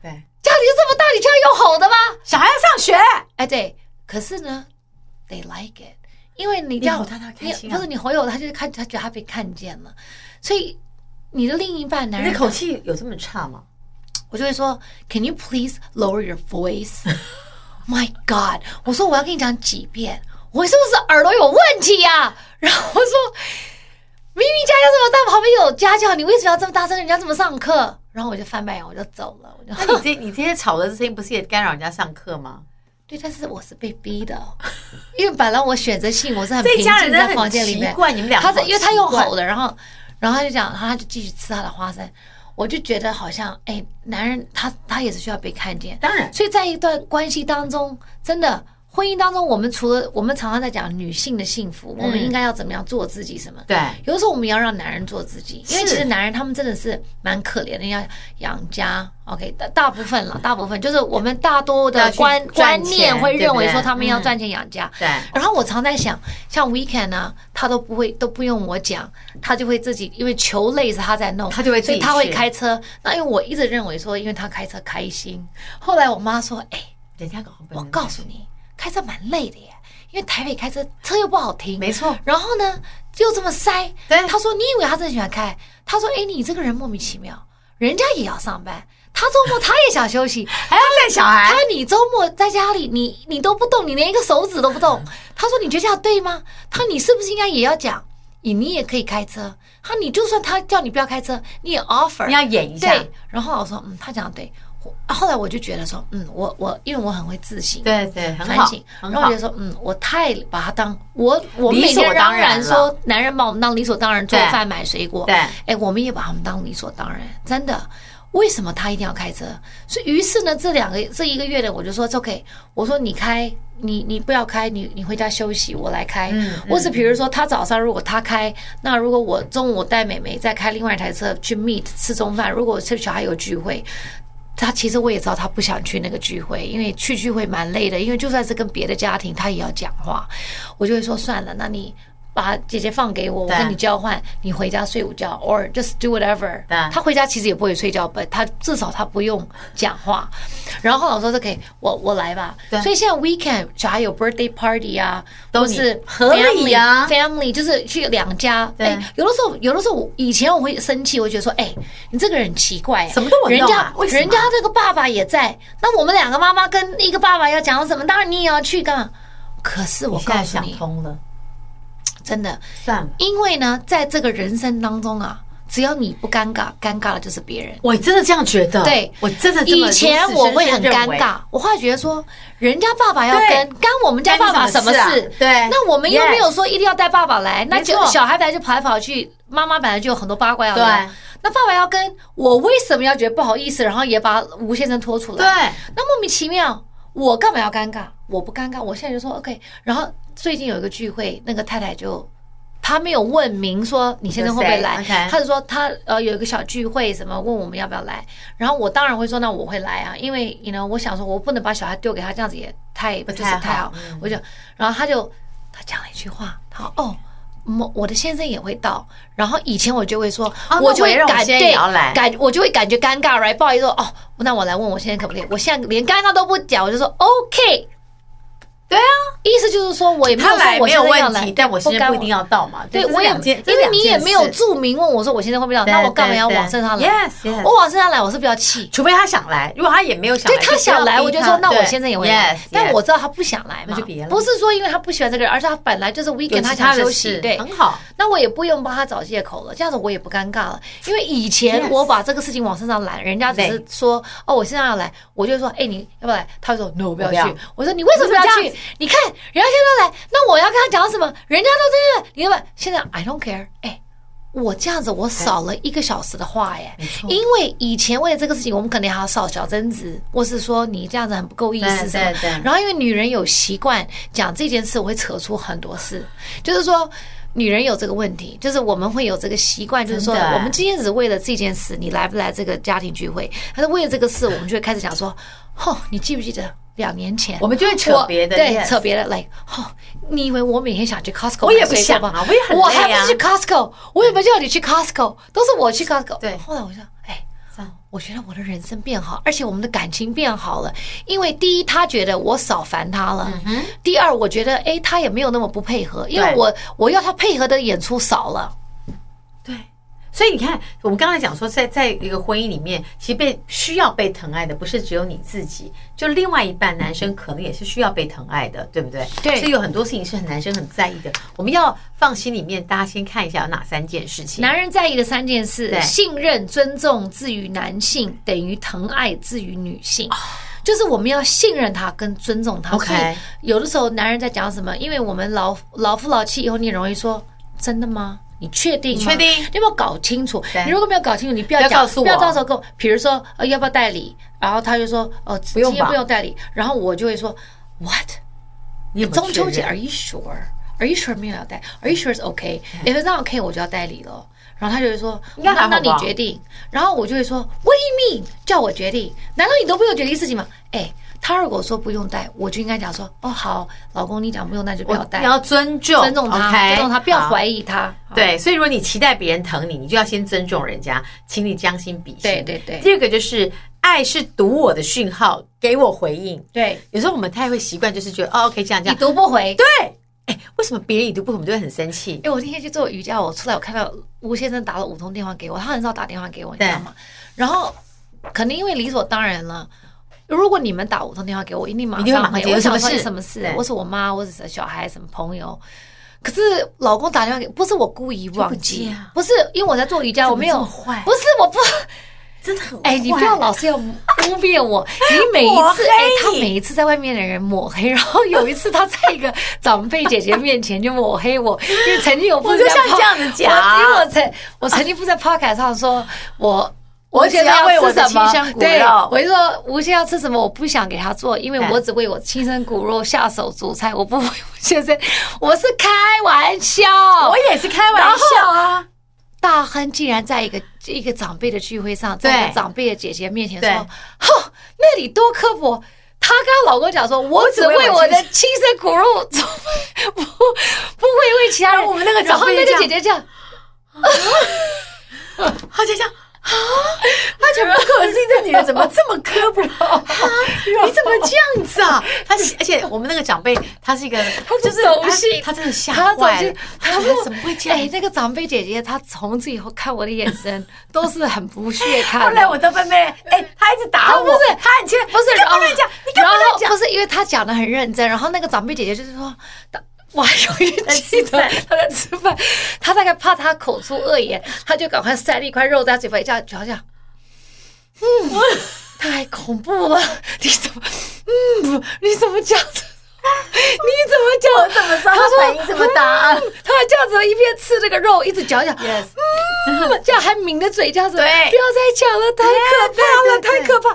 Speaker 1: 对，
Speaker 2: 家里就这么大，你就要用吼的吗
Speaker 1: 小孩要上学，？”
Speaker 2: 哎，对，可是呢，they like it，因为你这
Speaker 1: 你
Speaker 2: 样
Speaker 1: 吼他他开心啊
Speaker 2: 你不是你吼有他就是看他觉得他被看见了，所以你的另一半男
Speaker 1: 你
Speaker 2: 人
Speaker 1: 的口气有这么差
Speaker 2: (laughs)
Speaker 1: 吗？
Speaker 2: 我就会说，Can you please lower your voice? My God！我说我要跟你讲几遍，我是不是耳朵有问题呀、然后我说，明明家教这么大，旁边有家教，你为什么要这么大声？人家怎么上课？然后我就翻白眼，我就走了。我
Speaker 1: 那
Speaker 2: 就
Speaker 1: 你这你这些吵的声音不是也干扰人家上课吗？
Speaker 2: 对，但是我是被逼的，因为本来我选择性我是很
Speaker 1: 这
Speaker 2: 平
Speaker 1: 一
Speaker 2: 静
Speaker 1: 家人真
Speaker 2: 在
Speaker 1: 的
Speaker 2: 房
Speaker 1: 很
Speaker 2: 间里
Speaker 1: 奇
Speaker 2: 面，
Speaker 1: 怪，你们俩
Speaker 2: 他
Speaker 1: 好
Speaker 2: 在，因为他
Speaker 1: 奇
Speaker 2: 用
Speaker 1: 怪
Speaker 2: 吼的，然后，然后他就讲，然后他就继续吃他的花生。我就觉得好像，哎，男人他他也是需要被看见，
Speaker 1: 当然
Speaker 2: 所以在一段关系当中，真的婚姻当中，我们除了我们常常在讲女性的幸福，我们应该要怎么样做自己什么。
Speaker 1: 嗯对，
Speaker 2: 有的时候我们也要让男人做自己，因为
Speaker 1: 是
Speaker 2: 其实男人他们真的是蛮可怜的，要养家。OK，大大部分了，大部分就是我们大多
Speaker 1: 要
Speaker 2: 的
Speaker 1: 去
Speaker 2: 观观
Speaker 1: 赚钱
Speaker 2: 念会认
Speaker 1: 对
Speaker 2: 为
Speaker 1: 不对
Speaker 2: 说他们要
Speaker 1: 嗯
Speaker 2: 赚钱养家。
Speaker 1: 对
Speaker 2: 然后我常在想，像 Weekend 啊，他都不会都不用我讲，他就会自己，因为球类是他在弄，
Speaker 1: 他就会自
Speaker 2: 所
Speaker 1: 己
Speaker 2: 以他会
Speaker 1: 去
Speaker 2: 开车。那因为我一直认为说，因为他开车开心。后来我妈说，哎、
Speaker 1: 人家搞不
Speaker 2: 我
Speaker 1: 能
Speaker 2: 告诉你，开车蛮累的耶，因为台北开车车又不好停，
Speaker 1: 没错
Speaker 2: 然后呢，又这么塞。
Speaker 1: 对
Speaker 2: 他说你以为他真的喜欢开？他说，哎、你这个人莫名其妙，人家也要上班，他周末他也想休息。
Speaker 1: 还要带小孩
Speaker 2: 他，说哎你周末在家里，你你都不动，你连一个手指都不动。他说你觉得这样对吗？他说你是不是应该也要讲，你你也可以开车。他说你就算他叫你不要开车，你也 offer。
Speaker 1: 你要演一下，
Speaker 2: 对。然后我说嗯，他讲的对。我后来我就觉得说嗯，我我因为我很会自省。
Speaker 1: 对对，很
Speaker 2: 反
Speaker 1: 好
Speaker 2: 省，，然
Speaker 1: 很
Speaker 2: 后我
Speaker 1: 好
Speaker 2: 觉得。说，嗯，我太把他当我，我们
Speaker 1: 理
Speaker 2: 每
Speaker 1: 所
Speaker 2: 天
Speaker 1: 当
Speaker 2: 嚷
Speaker 1: 然
Speaker 2: 然
Speaker 1: 了
Speaker 2: 说男人把我们当理所当然做
Speaker 1: 对
Speaker 2: 饭买水果，
Speaker 1: 对
Speaker 2: 哎，我们也把他们当理所当然，真的。为什么他一定要开车？所以于是呢，这两个这一个月呢，我就说 "It's OK，我说你开，你你不要开，你你回家休息，我来开。
Speaker 1: 嗯
Speaker 2: 我只比如说他早上如果他开，那如果我中午我带美美再开另外一台车去 meet 吃中饭，如果我是小孩有聚会。他其实我也知道他不想去那个聚会，因为去聚会蛮累的，因为就算是跟别的家庭，他也要讲话。我就会说算了，那你把姐姐放给我，我
Speaker 1: 对
Speaker 2: 跟你交换，你回家睡午觉，or just do whatever
Speaker 1: 对。
Speaker 2: 他回家其实也不会睡觉，but 他至少他不用讲话。然后后来我说 OK，我我来吧
Speaker 1: 对。
Speaker 2: 所以现在 weekend 小孩有 birthday party 啊，
Speaker 1: 都
Speaker 2: 都
Speaker 1: 你
Speaker 2: 是
Speaker 1: 合理啊
Speaker 2: family- family 就是去两家。
Speaker 1: 对
Speaker 2: 哎，有的时候有的时候我以前我会生气，我会觉得说，哎，你这个人很奇怪，
Speaker 1: 什么都我
Speaker 2: 人
Speaker 1: 弄
Speaker 2: 家
Speaker 1: 啊为什么
Speaker 2: 人家这个爸爸也在，那我们两个妈妈跟一个爸爸要讲什么，当然你也要去干嘛？可是我
Speaker 1: 我现
Speaker 2: 告
Speaker 1: 在
Speaker 2: 诉
Speaker 1: 想
Speaker 2: 你，
Speaker 1: 通了，
Speaker 2: 真的，
Speaker 1: 算了，
Speaker 2: 因为呢，在这个人生当中啊，只要你不尴尬，尴尬的就是别人。
Speaker 1: 我真的这样觉得，
Speaker 2: 对，
Speaker 1: 我真的这么
Speaker 2: 以前
Speaker 1: 如此
Speaker 2: 我会很
Speaker 1: 深深
Speaker 2: 尴
Speaker 1: 认为，
Speaker 2: 尬，我后来觉得说，人家爸爸要
Speaker 1: 对
Speaker 2: 跟，干我们家爸爸什么
Speaker 1: 干你什么
Speaker 2: 事
Speaker 1: 事啊？对
Speaker 2: 那我们又
Speaker 1: Yes
Speaker 2: 没有说一定要带爸爸来，那
Speaker 1: 没
Speaker 2: 就
Speaker 1: 错
Speaker 2: 小孩本来就跑来跑去，妈妈本来就有很多八卦要聊
Speaker 1: 对。
Speaker 2: 那爸爸要跟我为什么要觉得不好意思，然后也把吴先生拖出来？
Speaker 1: 对，
Speaker 2: 那莫名其妙，我干嘛要尴尬？我不尴尬，我现在就说 OK。然后最近有一个聚会，那个太太就。她没有问明说你先生会不会来
Speaker 1: 是谁，OK，
Speaker 2: 她就说她呃有一个小聚会，什么问我们要不要来，然后我当然会说那我会来啊，因为你呢，我想说我不能把小孩丢给他，这样子也太
Speaker 1: 不
Speaker 2: 就是
Speaker 1: 太
Speaker 2: 太
Speaker 1: 好嗯
Speaker 2: 好，我就然后他就他讲了一句话，他说哦。我我的先生也会到，然后以前我就会说，
Speaker 1: 啊那
Speaker 2: 我就
Speaker 1: 我
Speaker 2: 会
Speaker 1: 也让我
Speaker 2: 感
Speaker 1: 先
Speaker 2: 对
Speaker 1: 也要来
Speaker 2: 感我就会感觉尴尬，right？不好意思说，哦，那我来问我先生可不可以？我现在连尴尬都不讲，我就说 OK，
Speaker 1: 对啊，
Speaker 2: 意思就是说我也没有
Speaker 1: 他
Speaker 2: 说
Speaker 1: 来
Speaker 2: 我
Speaker 1: 没有
Speaker 2: 先生要
Speaker 1: 问
Speaker 2: 来
Speaker 1: 题，但我现在
Speaker 2: 干
Speaker 1: 不一定要到嘛，
Speaker 2: 对
Speaker 1: 这是
Speaker 2: 我也
Speaker 1: 两件，这
Speaker 2: 因
Speaker 1: 是
Speaker 2: 为
Speaker 1: 两
Speaker 2: 你
Speaker 1: 件
Speaker 2: 也没有
Speaker 1: 事，
Speaker 2: 注明问我说我先生会不会到，
Speaker 1: 对
Speaker 2: 那我干嘛要
Speaker 1: 对
Speaker 2: 往身上来
Speaker 1: Yes，yes
Speaker 2: 我往身上来我是比较气。
Speaker 1: 除非他想来，如果他也没有想
Speaker 2: 对
Speaker 1: 来，
Speaker 2: 他想来，我就说那我先生也会来，但我
Speaker 1: 知
Speaker 2: 知道他不想来嘛
Speaker 1: 那就别，了
Speaker 2: 不是说因为他不喜欢这个人，而是他本来就是
Speaker 1: 有
Speaker 2: weekend
Speaker 1: 其
Speaker 2: 想
Speaker 1: 他
Speaker 2: 休
Speaker 1: 的
Speaker 2: 息，
Speaker 1: 事，
Speaker 2: 对，
Speaker 1: 很好，
Speaker 2: 那我也不用帮他找借口了，这样子我也不尴尬了。因为以前
Speaker 1: Yes
Speaker 2: 我把这个事情往身上揽，人家只是说哦，我现在要来，我就说哎、你要不要来？他就说 no，不要
Speaker 1: 不要
Speaker 2: 去。我说你为什么不要
Speaker 1: 你怎么这
Speaker 2: 去？你看人家现在来，那我要跟他讲什么？人家都在那，你问现在 I don't care，哎、我这样子，我少了一个小时的话耶
Speaker 1: 没错，
Speaker 2: 因为以前为了这个事情，我们可能还要少小争执，或是说你这样子很不够意思
Speaker 1: 对
Speaker 2: 什么
Speaker 1: 对对。
Speaker 2: 然后因为女人有习惯讲这件事，我会扯出很多事，就是说。女人有这个问题，就是我们会有这个习惯，就是说
Speaker 1: 真的
Speaker 2: 我们今天只是为了这件事，你来不来这个家庭聚会？但是为了这个事，我们就会开始讲说，哦，你记不记得两年前，
Speaker 1: 我们就会扯别的
Speaker 2: 我对
Speaker 1: yes
Speaker 2: 扯别的来。哦，你以为我每天想去 Costco？
Speaker 1: 我也
Speaker 2: 买
Speaker 1: 不
Speaker 2: 水果
Speaker 1: 想
Speaker 2: 吗
Speaker 1: 啊我也很
Speaker 2: 我
Speaker 1: 累
Speaker 2: 还不
Speaker 1: 啊
Speaker 2: 是去 Costco，我也没叫你去 Costco，都是我去 Costco。
Speaker 1: 对
Speaker 2: 后来我想，哎。
Speaker 1: 这样
Speaker 2: 我觉得我的人生变好，而且我们的感情变好了。因为第一，他觉得我少烦他了；第二，我觉得哎，他也没有那么不配合，因为
Speaker 1: 对
Speaker 2: 我我要他配合的演出少了。
Speaker 1: 对，所以你看，我们刚才讲说在，在一个婚姻里面，其实被需要被疼爱的不是只有你自己，就另外一半男生可能也是需要被疼爱的，对不对？
Speaker 2: 嗯对
Speaker 1: 所以有很多事情是很男生很在意的，我们要放心里面，大家先看一下有哪三件事情。
Speaker 2: 男人在意的三件事：
Speaker 1: 对
Speaker 2: 信任、尊重，至于男性等于疼爱，至于女性。就是我们要信任他跟尊重他。
Speaker 1: OK
Speaker 2: 所以有的时候男人在讲什么，因为我们老老夫老妻以后，你容易说真的吗？你确定吗？
Speaker 1: 你确定
Speaker 2: 你有没有搞清楚
Speaker 1: 对？
Speaker 2: 你如果没有搞清楚，你不要
Speaker 1: 不要
Speaker 2: 讲
Speaker 1: 告诉我
Speaker 2: 不要到时候跟我，比如说呃要不要代理，然后他就说哦
Speaker 1: 不用吧
Speaker 2: 今天不用代理，然后我就会说 what。
Speaker 1: 你有没有
Speaker 2: 中秋
Speaker 1: 确
Speaker 2: 节
Speaker 1: 认
Speaker 2: ，Are you sure? Are you sure 没有要带？Are you sure is okay? If it's not okay，我就要代理了。然后他就会说，
Speaker 1: 嗯应该还
Speaker 2: 那
Speaker 1: 好吧
Speaker 2: 那你决定。然后我就会说，What do you mean？叫我决定？难道你都不用决定事情吗？哎，他如果说不用带，我就应该讲说，哦好，老公你讲不用带就不要
Speaker 1: 我
Speaker 2: 带
Speaker 1: 你，要尊重，
Speaker 2: 尊重他
Speaker 1: o k
Speaker 2: 尊重他，不要怀疑他。啊
Speaker 1: 对，所以如果你期待别人疼你，你就要先尊重人家，请你将心比心。
Speaker 2: 对对对
Speaker 1: 第二个就是爱是读我的讯号，给我回应。
Speaker 2: 对，
Speaker 1: 有时候我们太会习惯，就是觉得哦，OK，这样这
Speaker 2: 你
Speaker 1: 样。
Speaker 2: 读不回。
Speaker 1: 对，哎，为什么别人已读不回，我们就会很生气
Speaker 2: 哎、？我那天去做瑜伽，我出来我看到吴先生打了五通电话给我，他很少打电话给我，你知道吗？然后可能因为理所当然了。如果你们打五通电话给我，我一定马
Speaker 1: 一定会
Speaker 2: 上
Speaker 1: 马上
Speaker 2: 回。
Speaker 1: 接
Speaker 2: 我
Speaker 1: 有什
Speaker 2: 想
Speaker 1: 么
Speaker 2: 说你
Speaker 1: 事
Speaker 2: 什么事
Speaker 1: 对？
Speaker 2: 我是我妈，我只是小孩，什么朋友。可是老公打电话给，不是我故意忘记
Speaker 1: 就不接啊，
Speaker 2: 不是因为我在做瑜伽，我没
Speaker 1: 这
Speaker 2: 有
Speaker 1: 么坏
Speaker 2: 不是我不，
Speaker 1: 真的很
Speaker 2: 哎，你不要
Speaker 1: 坏
Speaker 2: 老是要污蔑我。你每一
Speaker 1: (laughs) 抹
Speaker 2: 次，
Speaker 1: 黑
Speaker 2: 哎，他每一次在外面的人抹黑，然后有一次他在一个长辈姐姐面前就抹黑我，因为曾经有不
Speaker 1: 我就像这样子讲
Speaker 2: 因为我曾我曾经不在 podcast 上说我。
Speaker 1: (laughs) 我
Speaker 2: 觉得
Speaker 1: 只要为我
Speaker 2: 吃
Speaker 1: 的
Speaker 2: 什么
Speaker 1: 亲生？骨
Speaker 2: 对
Speaker 1: 肉，
Speaker 2: 我就说吴先要吃什么，我不想给他做，因为
Speaker 1: 哎
Speaker 2: 我只为我亲生骨肉下手煮菜，我不为我先生。我是开玩笑，
Speaker 1: 我也是开玩笑啊。
Speaker 2: 大亨竟然在一个一个长辈的聚会上，在
Speaker 1: 对
Speaker 2: 一个长辈的姐姐面前
Speaker 1: 对
Speaker 2: 说：“哼，那里多刻薄。”她跟她老公讲说：“我只为我的亲生骨肉， (laughs) 不不不会为其他
Speaker 1: 然
Speaker 2: 人。”
Speaker 1: 后我们那个
Speaker 2: 然
Speaker 1: 长
Speaker 2: 后
Speaker 1: 辈这
Speaker 2: 那个
Speaker 1: 样
Speaker 2: 姐姐这样，
Speaker 1: 他就这样啊，他觉得不可思议，这女人怎么这么刻薄啊？你怎么这样子啊？他而且我们那个长辈，他是一个，他就是
Speaker 2: 走心
Speaker 1: 他他真的吓
Speaker 2: 她
Speaker 1: 坏了
Speaker 2: 走，
Speaker 1: 他
Speaker 2: 她
Speaker 1: 觉得怎么会这样
Speaker 2: 哎，？那个长辈姐姐，她从此以后看我的眼神都是很不屑看
Speaker 1: (laughs)
Speaker 2: 的。
Speaker 1: 后来我都被妹，哎、他一直打
Speaker 2: 他
Speaker 1: 我，
Speaker 2: 不是
Speaker 1: 他很气，
Speaker 2: 不是，
Speaker 1: 你
Speaker 2: 然
Speaker 1: 干
Speaker 2: 后
Speaker 1: 嘛乱讲，你干
Speaker 2: 然
Speaker 1: 嘛
Speaker 2: 后
Speaker 1: 乱讲？
Speaker 2: 不是因为他讲的很认真，然后那个长辈姐姐就是说，她我还有一记得
Speaker 1: 在吃
Speaker 2: 他在吃饭，他大概怕他口出恶言，他就赶快塞了一块肉在嘴巴里，这样嚼一下，嗯，太恐怖了，你怎么，嗯，你怎么讲？你怎么
Speaker 1: 我
Speaker 2: 讲？
Speaker 1: 怎么知道他
Speaker 2: 说
Speaker 1: 反应这么大？
Speaker 2: 嗯他这样子一边吃那个肉，一直嚼一嚼，
Speaker 1: Yes
Speaker 2: 嗯，这样还抿着嘴，这样子，
Speaker 1: 对
Speaker 2: 不要再讲了，太可怕
Speaker 1: 对
Speaker 2: 了，
Speaker 1: 对对
Speaker 2: 太可怕。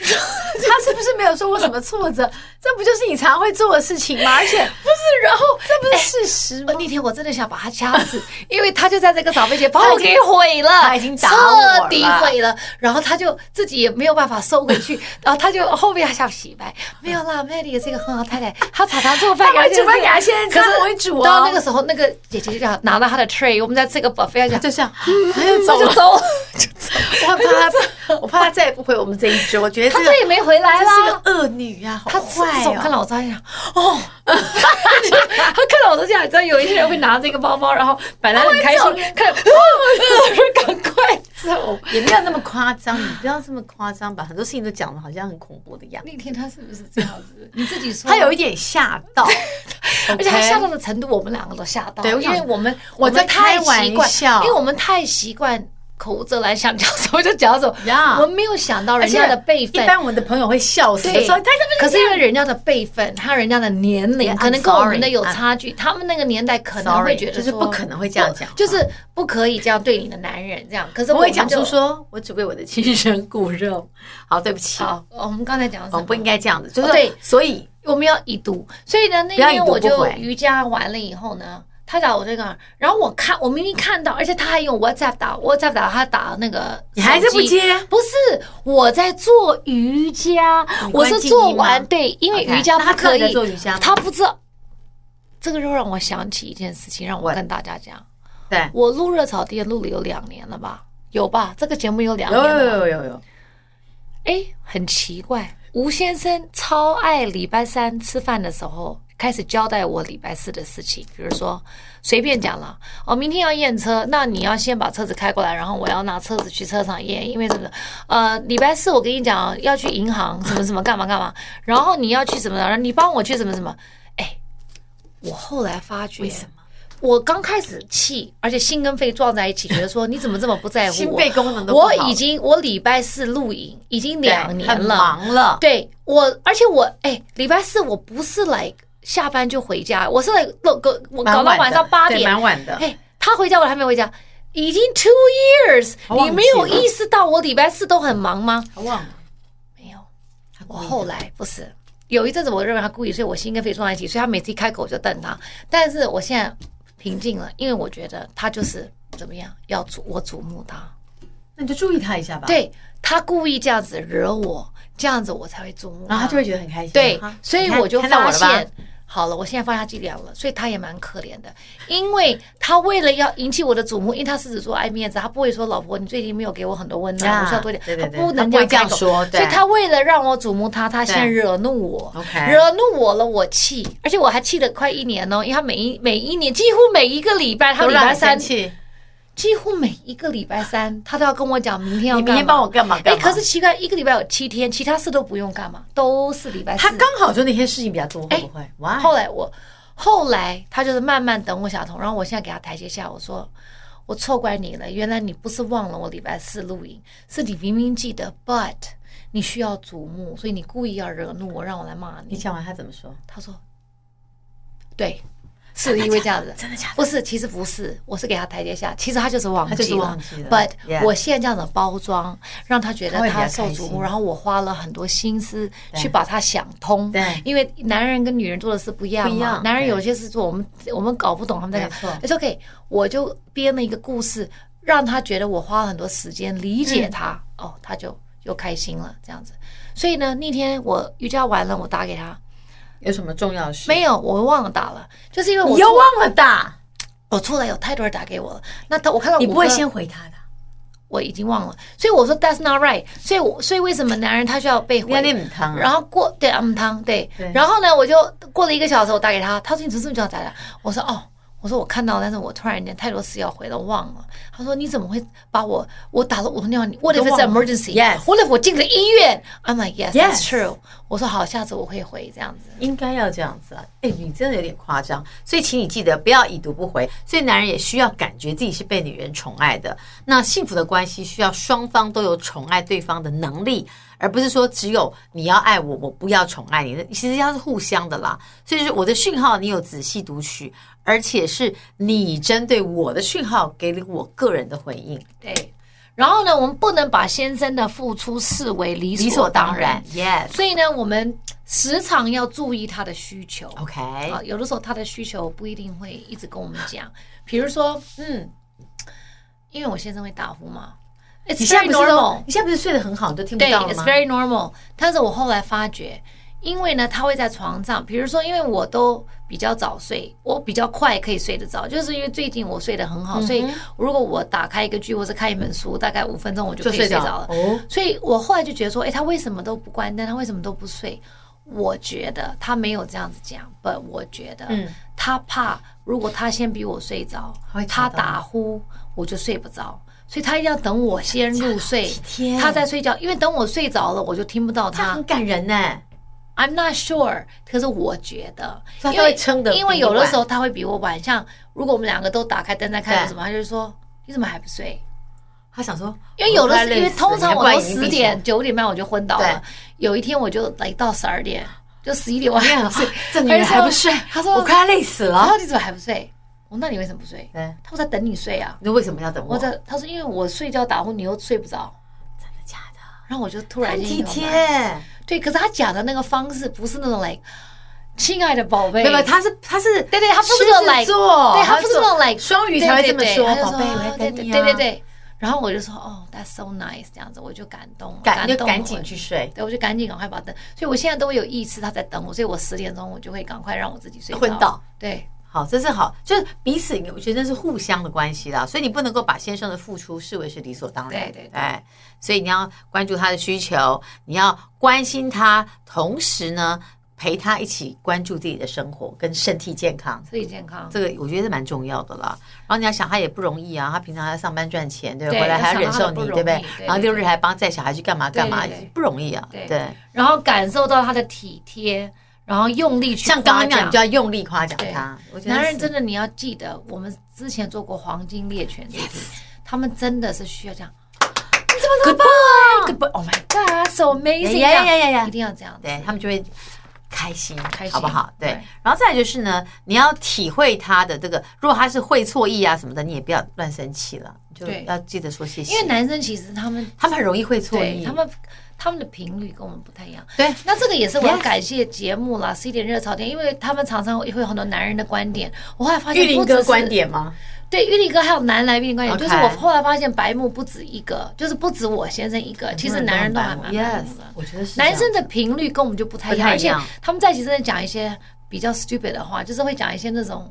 Speaker 1: 他是不是没有受过什么挫折？这不就是你常会做的事情吗？而且
Speaker 2: 不是， (laughs) 然后
Speaker 1: 这不是事实吗
Speaker 2: 呃，？那天我真的想把他掐死， (laughs) 因为他就在这个长辈节把
Speaker 1: 他
Speaker 2: 我
Speaker 1: 已经
Speaker 2: 给毁了，
Speaker 1: (laughs) 他已经打我
Speaker 2: 彻底
Speaker 1: 了
Speaker 2: 毁了。然后他就自己也没有办法收回去， (laughs) 然后他就后面还想洗白，没有啦，Mandy 也是一个很好的太太，她常常做饭，
Speaker 1: 她会煮饭
Speaker 2: 而且是
Speaker 1: 给她先生
Speaker 2: 可是
Speaker 1: 她不会煮哦
Speaker 2: 到那个时候，那个姐姐就讲拿到她的 tray，我们在吃个 buffet，她讲
Speaker 1: (laughs) 就这样， (laughs) 他就
Speaker 2: 那
Speaker 1: 走
Speaker 2: 就
Speaker 1: 了。
Speaker 2: 走了，
Speaker 1: 我怕他， (laughs) 我怕他再也不回我们这一桌。我觉得
Speaker 2: 她
Speaker 1: 这个
Speaker 2: 再也没回来
Speaker 1: 真是
Speaker 2: 啦。
Speaker 1: 个恶女呀、好
Speaker 2: 她
Speaker 1: 坏
Speaker 2: 总看
Speaker 1: 哦！
Speaker 2: 到我这样， (laughs) 哦，她看到我都这样，你知道有一些人会拿这个包包，然后本来很开心，看， (laughs) 哇哦我说赶快走。
Speaker 1: 也没有那么夸张，你不要这么夸张吧？很多事情都讲的好像很恐怖的样子。
Speaker 2: 那天他是不是这样子？你自己
Speaker 1: 嗯
Speaker 2: 说。
Speaker 1: 他有一，点吓 (laughs) 到，
Speaker 2: 而且他吓到的程度，我们两个都吓到。
Speaker 1: 对我
Speaker 2: 因
Speaker 1: 想
Speaker 2: 为我们
Speaker 1: 我在
Speaker 2: 们太
Speaker 1: 开玩
Speaker 2: 习惯
Speaker 1: 笑
Speaker 2: 因为我们太习惯口无遮拦，想讲什么就讲什么
Speaker 1: Yeah
Speaker 2: 我们没有想到
Speaker 1: 而
Speaker 2: 人
Speaker 1: 且
Speaker 2: 家的辈分
Speaker 1: 一。般我们的朋友会笑死，
Speaker 2: 对
Speaker 1: 说他怎么
Speaker 2: 可是因为人家的辈分，还有人家的年龄，
Speaker 1: Yeah,
Speaker 2: 可能
Speaker 1: I'm
Speaker 2: 跟我
Speaker 1: sorry, 啊
Speaker 2: 们的有差距。他们那个年代可能
Speaker 1: Sorry，
Speaker 2: 会觉得
Speaker 1: 就是
Speaker 2: 说
Speaker 1: 不可能会这样讲
Speaker 2: 不就是不可以这样对你的男人这样。可是
Speaker 1: 不
Speaker 2: 我们
Speaker 1: 会讲
Speaker 2: 就
Speaker 1: 出说我只为我的亲生骨肉。好，对不起，
Speaker 2: 好。哦我们刚才讲的什
Speaker 1: 我
Speaker 2: 么
Speaker 1: 们哦不应该这样子，就是
Speaker 2: 哦对
Speaker 1: 所以
Speaker 2: 我们要已读，所以呢，那
Speaker 1: 不要已
Speaker 2: 天
Speaker 1: 读
Speaker 2: 我
Speaker 1: 不
Speaker 2: 就
Speaker 1: 回
Speaker 2: 瑜伽完了以后呢，他打我这个，然后我看，我明明看到，而且他还用 WhatsApp 打 WhatsApp 打他打那个，
Speaker 1: 你还是不？接？
Speaker 2: 不是，我在做瑜伽，
Speaker 1: 你
Speaker 2: 我
Speaker 1: 关
Speaker 2: 是
Speaker 1: 静
Speaker 2: 做
Speaker 1: 音吗
Speaker 2: 完对，因为
Speaker 1: OK，
Speaker 2: 瑜伽
Speaker 1: 那
Speaker 2: 不
Speaker 1: 他知道
Speaker 2: 可
Speaker 1: 你在
Speaker 2: 以
Speaker 1: 做瑜伽吗
Speaker 2: 他不知道。这个就让我想起一件事情，让我
Speaker 1: What？
Speaker 2: 跟大家讲，
Speaker 1: 对，
Speaker 2: 我录热炒店录了有两年了吧？有吧？这个节目有两
Speaker 1: 有
Speaker 2: 年
Speaker 1: 有
Speaker 2: 了
Speaker 1: 有
Speaker 2: 吧。
Speaker 1: 有有，
Speaker 2: 哎，很奇怪，吴先生超爱礼拜三吃饭的时候开始交代我礼拜四的事情，比如说随便讲了，哦，明天要验车，那你要先把车子开过来，然后我要拿车子去车场验，因为什么？呃，礼拜四我跟你讲要去银行什么什么干嘛干嘛，然后你要去什么呃的，然后你帮我去什么什么，哎，我后来发觉
Speaker 1: 为什么？
Speaker 2: 我刚开始气，而且心跟肺撞在一起，觉得说你怎么这么不在乎我？
Speaker 1: (laughs) 心肺功能都不好
Speaker 2: 我已经我礼拜四录影已经两
Speaker 1: 对
Speaker 2: 年
Speaker 1: 很
Speaker 2: 了，
Speaker 1: 忙了，
Speaker 2: 对我，而且我哎，礼拜四我不是来下班就回家，我是来弄个我
Speaker 1: 蛮
Speaker 2: 搞到
Speaker 1: 的
Speaker 2: 晚上八
Speaker 1: 对
Speaker 2: 点，
Speaker 1: 蛮晚的。
Speaker 2: 哎，他回家我还没回家，已经 two years，
Speaker 1: 我忘记
Speaker 2: 你没有
Speaker 1: 了
Speaker 2: 意识到我礼拜四都很忙吗？
Speaker 1: 他忘了，
Speaker 2: 没有，
Speaker 1: 他故
Speaker 2: 我
Speaker 1: 意的
Speaker 2: 后来不是有一阵子，我认为他故意，所以我心跟肺撞在一起，所以他每次一开口我就瞪他。但是我现在平静了，因为我觉得他就是怎么样，要瞩我瞩目他，
Speaker 1: 那你就注意他一下吧。，
Speaker 2: 对他故意这样子惹我，这样子我才会瞩目他。
Speaker 1: 然后他就会觉得很开心。
Speaker 2: 对
Speaker 1: 哈，
Speaker 2: 所以
Speaker 1: 你看
Speaker 2: 我就
Speaker 1: 看到
Speaker 2: 发
Speaker 1: 我了吧
Speaker 2: 现。好了，我现在发现他伎俩了，所以他也蛮可怜的，因为他为了要引起我的瞩目，因为他狮子座爱面子，他不会说老婆你最近没有给我很多温暖，
Speaker 1: 啊
Speaker 2: 我需要多一
Speaker 1: 对
Speaker 2: 点，
Speaker 1: 对对
Speaker 2: 他不能
Speaker 1: 他不会这样
Speaker 2: 开口
Speaker 1: 说对
Speaker 2: 所以他为了让我瞩目他，他先
Speaker 1: 对
Speaker 2: 惹怒我
Speaker 1: OK
Speaker 2: 惹怒我了，我气，而且我还气了快一年哦，因为他每一每一年几乎每一个礼拜，他
Speaker 1: 都
Speaker 2: 礼
Speaker 1: 让
Speaker 2: 拜
Speaker 1: 你生
Speaker 2: 三
Speaker 1: 气，
Speaker 2: 几乎每一个礼拜三，他都要跟我讲明天要
Speaker 1: 你明
Speaker 2: 干嘛。
Speaker 1: 天帮我干嘛
Speaker 2: 哎、
Speaker 1: 干嘛？
Speaker 2: 可是奇怪，一个礼拜有七天，其他事都不用干嘛，都是礼拜四。
Speaker 1: 他刚好就那天事情比较多，会不会？哇，
Speaker 2: 哎后来我，后来他就是慢慢等我小童，然后我现在给他台阶下，我说我错怪你了，原来你不是忘了我礼拜四录影，是你明明记得，but 你需要瞩目，所以你故意要惹怒我，让我来骂
Speaker 1: 你
Speaker 2: 你。
Speaker 1: 讲完他怎么说？
Speaker 2: 他说，对，是因为这样子。
Speaker 1: 真的假的？
Speaker 2: 不是，其实不是，我是给他台阶下。其实他就是忘记
Speaker 1: 他
Speaker 2: 了
Speaker 1: 就是忘记了
Speaker 2: But、
Speaker 1: Yeah
Speaker 2: 我现在这样的包装，让他觉
Speaker 1: 他会
Speaker 2: 得
Speaker 1: 比较开
Speaker 2: 他受
Speaker 1: 心
Speaker 2: 瞩目，然后我花了很多心思
Speaker 1: 对
Speaker 2: 去把他想通。
Speaker 1: 对
Speaker 2: 因为男人跟女人做的事不一样
Speaker 1: 不一
Speaker 2: 嘛
Speaker 1: 样，
Speaker 2: 男人
Speaker 1: 对
Speaker 2: 有些事做我们我们搞不懂他们在干
Speaker 1: 没错。
Speaker 2: It's OK，我就编了一个故事，让他觉得我花了很多时间理解他，
Speaker 1: 嗯
Speaker 2: 哦，他就又开心了这样子。所以呢，那天我瑜伽完了，我打给他，
Speaker 1: 有什么重要事？
Speaker 2: 没有，我忘了打了，就是因为我
Speaker 1: 你又
Speaker 2: 做
Speaker 1: 忘了打，
Speaker 2: 我出来哦有太多人打给我了，那他我看到
Speaker 1: 你
Speaker 2: 五
Speaker 1: 不会
Speaker 2: 个
Speaker 1: 先回他的。
Speaker 2: 我已经忘了，所以我说 That's not right，所以我所以为什么男人他需要被
Speaker 1: 你要
Speaker 2: 回？
Speaker 1: 念母汤啊？
Speaker 2: 然后过对嗯汤对
Speaker 1: 对，
Speaker 2: 然后呢我就过了一个小时，我打给他，他说你怎么这么早打的？我说哦，我说我看到了，但是我突然间太多事要回了，忘了。他说你怎么会把我我打了我尿你？What if
Speaker 1: 你都
Speaker 2: it's
Speaker 1: 忘了 Yes
Speaker 2: emergency？What if 我进了医院？I'm like yes
Speaker 1: Yes
Speaker 2: that's true。我说好，下次我会回这样子。
Speaker 1: 应该要这样子啊！哎、你真的有点夸张，所以请你记得不要已读不回。所以男人也需要感觉自己是被女人宠爱的。那幸福的关系需要双方都有宠爱对方的能力，而不是说只有你要爱我，我不要宠爱你。其实要是互相的啦。所以是我的讯号，你有仔细读取，而且是你针对我的讯号给了我个人的回应，
Speaker 2: 对，然后呢，我们不能把先生的付出视为理
Speaker 1: 理
Speaker 2: 所
Speaker 1: 所
Speaker 2: 当
Speaker 1: 当
Speaker 2: 然
Speaker 1: 然。。Yes，OK，、
Speaker 2: 所以呢，我们时常要注意他的需求。
Speaker 1: OK
Speaker 2: 啊，有的时候他的需求不一定会一直跟我们讲，比如说，
Speaker 1: 嗯，
Speaker 2: 因为我先生会打呼嘛，It's
Speaker 1: 你现在
Speaker 2: very
Speaker 1: 不是都
Speaker 2: normal，
Speaker 1: 你现在不是睡得很好，你都听不
Speaker 2: 对
Speaker 1: 到了
Speaker 2: ，It's
Speaker 1: 吗？
Speaker 2: very normal。但是我后来发觉，因为呢，他会在床上，比如说，因为我都比较早睡，我比较快可以睡得着，就是因为最近我睡得很好，所
Speaker 1: 嗯
Speaker 2: 以如果我打开一个剧或者看一本书，大概五分钟我就可
Speaker 1: 就
Speaker 2: 以睡
Speaker 1: 睡着
Speaker 2: 着了。
Speaker 1: 哦，
Speaker 2: 所以我后来就觉得说，哎，他为什么都不关灯？他为什么都不睡？我觉得他没有这样子讲，不，我觉得
Speaker 1: 嗯
Speaker 2: 他怕，如果他先比我睡着
Speaker 1: 他会，
Speaker 2: 他
Speaker 1: 吵到
Speaker 2: 打呼，我就睡不着，所以他一定要等我先入睡
Speaker 1: 几天，
Speaker 2: 他在睡觉，因为等我睡着了，我就听不到
Speaker 1: 这样
Speaker 2: 他
Speaker 1: 很。感人呢、
Speaker 2: I'm not sure，可是我觉得，
Speaker 1: 所以
Speaker 2: 因
Speaker 1: 他
Speaker 2: 为
Speaker 1: 会撑得比你
Speaker 2: 因为有的时候他会比我晚，像如果我们两个都打开灯在看
Speaker 1: 对
Speaker 2: 什么，他就说你怎么还不睡？
Speaker 1: 他想说，
Speaker 2: 因为有的
Speaker 1: 我快
Speaker 2: 是，
Speaker 1: 累
Speaker 2: 因为
Speaker 1: 死
Speaker 2: 通
Speaker 1: 了
Speaker 2: 常
Speaker 1: 你还
Speaker 2: 我
Speaker 1: 怪
Speaker 2: 都
Speaker 1: 你
Speaker 2: 十
Speaker 1: 闭
Speaker 2: 点
Speaker 1: (laughs) 嘴，
Speaker 2: 九点半我就昏倒了，有一天我就来到十二点，就十一点我还 (laughs) 想睡
Speaker 1: 哎这女人还不睡，
Speaker 2: 他说
Speaker 1: 我快要累死
Speaker 2: 然
Speaker 1: 了。
Speaker 2: 后你怎么还不睡？我说那你为什么不睡？
Speaker 1: 对，
Speaker 2: 他说在等你睡啊。
Speaker 1: 你为什么要等我？
Speaker 2: 我在他说因为我睡觉打呼，你又睡不着。
Speaker 1: 真的假的？
Speaker 2: 然后我就突然
Speaker 1: 很
Speaker 2: 间
Speaker 1: 体
Speaker 2: 有了
Speaker 1: 贴，
Speaker 2: 对，可是他讲的那个方式不是那种 like 亲爱的宝贝，
Speaker 1: 没有，他是他是
Speaker 2: 对对，他不是
Speaker 1: 狮
Speaker 2: 那种
Speaker 1: 子
Speaker 2: like，
Speaker 1: 座，
Speaker 2: 对他不是那种 like
Speaker 1: 双鱼才会这么说，
Speaker 2: 对对对
Speaker 1: 宝贝，
Speaker 2: 他就
Speaker 1: 我
Speaker 2: 说
Speaker 1: 在等你啊，
Speaker 2: 对对对对。然后我就说，哦，That's so nice，这样子我就感动了，
Speaker 1: 赶就
Speaker 2: 动了
Speaker 1: 赶紧去睡，
Speaker 2: 对，我就赶紧赶快把灯，所以我现在都有意识他在等我，所以我十点钟我就会赶快让我自己睡着
Speaker 1: 昏倒。
Speaker 2: 对，
Speaker 1: 好，这是好，就是彼此，我觉得是互相的关系啦，所以你不能够把先生的付出视为是理所当然，
Speaker 2: 对对对
Speaker 1: 哎，所以你要关注他的需求，你要关心他，同时呢，陪他一起关注自己的生活跟身体健康，
Speaker 2: 身体健康，
Speaker 1: 这个我觉得是蛮重要的啦。然后你要想，他也不容易啊，他平常还要上班赚钱，对不对，
Speaker 2: 对
Speaker 1: 回来还要
Speaker 2: 要
Speaker 1: 忍
Speaker 2: 想他
Speaker 1: 受
Speaker 2: 的
Speaker 1: 你，
Speaker 2: 不容易
Speaker 1: 对不对
Speaker 2: 对？对
Speaker 1: 然后六日
Speaker 2: 对
Speaker 1: 还帮带小孩去干嘛干嘛
Speaker 2: 对对对，
Speaker 1: 不容易啊，
Speaker 2: 对
Speaker 1: 对。
Speaker 2: 然后感受到他的体贴，然后用力去
Speaker 1: 像刚
Speaker 2: 夸
Speaker 1: 刚那样，
Speaker 2: 奖
Speaker 1: 你就要用力夸奖
Speaker 2: 对
Speaker 1: 他。我觉得
Speaker 2: 男人
Speaker 1: 是
Speaker 2: 真的你要记得，我们之前做过黄金猎犬这一集，他们真的是需要这样。你怎么那么棒？Goodbye, oh my god, so amazing！
Speaker 1: 呀呀
Speaker 2: 这样
Speaker 1: 呀呀呀
Speaker 2: 一定要这样子。
Speaker 1: 对他们就会开心，
Speaker 2: 开心
Speaker 1: 好不好？对。
Speaker 2: 对
Speaker 1: 然后再来就是呢，你要体会他的这个，如果他是会错意啊什么的，你也不要乱生气了，就
Speaker 2: 对
Speaker 1: 要记得说谢谢。
Speaker 2: 因为男生其实他们
Speaker 1: 他们很容易会错
Speaker 2: 对
Speaker 1: 意，
Speaker 2: 他们他们的频率跟我们不太一样。
Speaker 1: 对
Speaker 2: 那这个也是我要
Speaker 1: Yes
Speaker 2: 感谢节目啦，是一点热潮点，因为他们常常会有很多男人的观点，我后来发现
Speaker 1: 玉林
Speaker 2: 不只
Speaker 1: 哥
Speaker 2: 是
Speaker 1: 观点吗？
Speaker 2: 对，玉立哥还有男来宾的观点
Speaker 1: OK
Speaker 2: 就是我后来发现白目不止一个，就是不止我先生一个，呃其实男人都还蛮白
Speaker 1: 啊 yes，
Speaker 2: 目的。
Speaker 1: 我觉得是这样
Speaker 2: 男生的频率跟我们就不太一样，
Speaker 1: 不太
Speaker 2: 而
Speaker 1: 一
Speaker 2: 且
Speaker 1: 样
Speaker 2: 他们在一起真的讲一些比较 stupid 的话，就是会讲一些那种，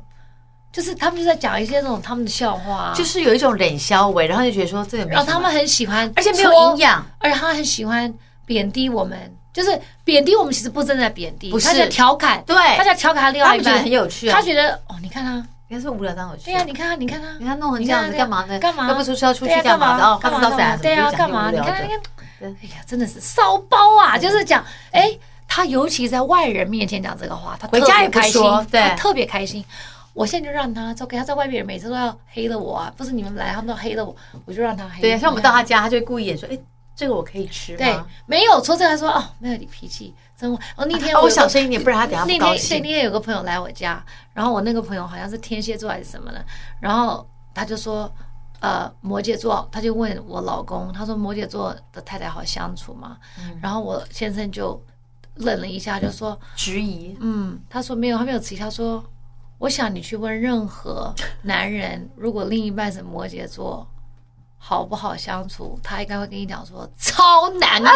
Speaker 2: 就是他们就在讲一些那种他们的笑话啊，
Speaker 1: 就是有一种冷消味，然后就觉得说这个没
Speaker 2: 然后
Speaker 1: 什
Speaker 2: 他
Speaker 1: 么
Speaker 2: 们很喜欢，
Speaker 1: 而且没有营，养，
Speaker 2: 而且他很喜欢贬低我们，就是贬低我们，其实不真的在贬低，
Speaker 1: 不是
Speaker 2: 他在调侃，
Speaker 1: 对
Speaker 2: 他在调侃他另
Speaker 1: 他
Speaker 2: 外
Speaker 1: 们
Speaker 2: 一
Speaker 1: 觉
Speaker 2: 半，
Speaker 1: 得很有趣啊
Speaker 2: 他。觉得哦，你看他，
Speaker 1: 应该是无聊当有趣
Speaker 2: 对。啊呀、你看他，你看他，
Speaker 1: 你看弄成这样子干嘛呢？
Speaker 2: 干嘛？
Speaker 1: 要不出去要出去
Speaker 2: 对呀
Speaker 1: 干嘛的？哦，发
Speaker 2: 干
Speaker 1: 不
Speaker 2: 嘛
Speaker 1: 到伞
Speaker 2: 对
Speaker 1: 呀，
Speaker 2: 呀，
Speaker 1: 什
Speaker 2: 干
Speaker 1: 么
Speaker 2: 嘛？
Speaker 1: 就
Speaker 2: 你
Speaker 1: 讲这些无聊的
Speaker 2: 看你看，
Speaker 1: 对嗯
Speaker 2: 哎呀，真的是骚包啊！就是讲，哎，他尤其在外人面前讲这个话，他
Speaker 1: 回家也
Speaker 2: 特别
Speaker 1: 不
Speaker 2: 开心
Speaker 1: 说，对
Speaker 2: 他特别开心。我现在就让他，OK，他在外面每次都要黑了我啊，不是你们来，他们都黑了我，我就让他黑。
Speaker 1: 对呀，像我们到他家，他就会故意演说：“哎，这个我可以吃吗？”
Speaker 2: 对，没有说这个，他说哦，没有你脾气真坏。哦，那天
Speaker 1: 哦，我
Speaker 2: 有个
Speaker 1: 小声一点，不然他等下
Speaker 2: 那
Speaker 1: 不高
Speaker 2: 天对
Speaker 1: 兴。
Speaker 2: 那天有个朋友来我家，然后我那个朋友好像是天蝎座还是什么的，然后他就说，呃，摩羯座，他就问我老公，他说摩羯座的太太好相处吗？
Speaker 1: 嗯
Speaker 2: 然后我先生就愣了一下，就说，
Speaker 1: 质疑，
Speaker 2: 嗯，他说没有，他没有迟疑，他说，我想你去问任何男人，如果另一半是摩羯座。好不好相处？他应该会跟你讲说超难搞，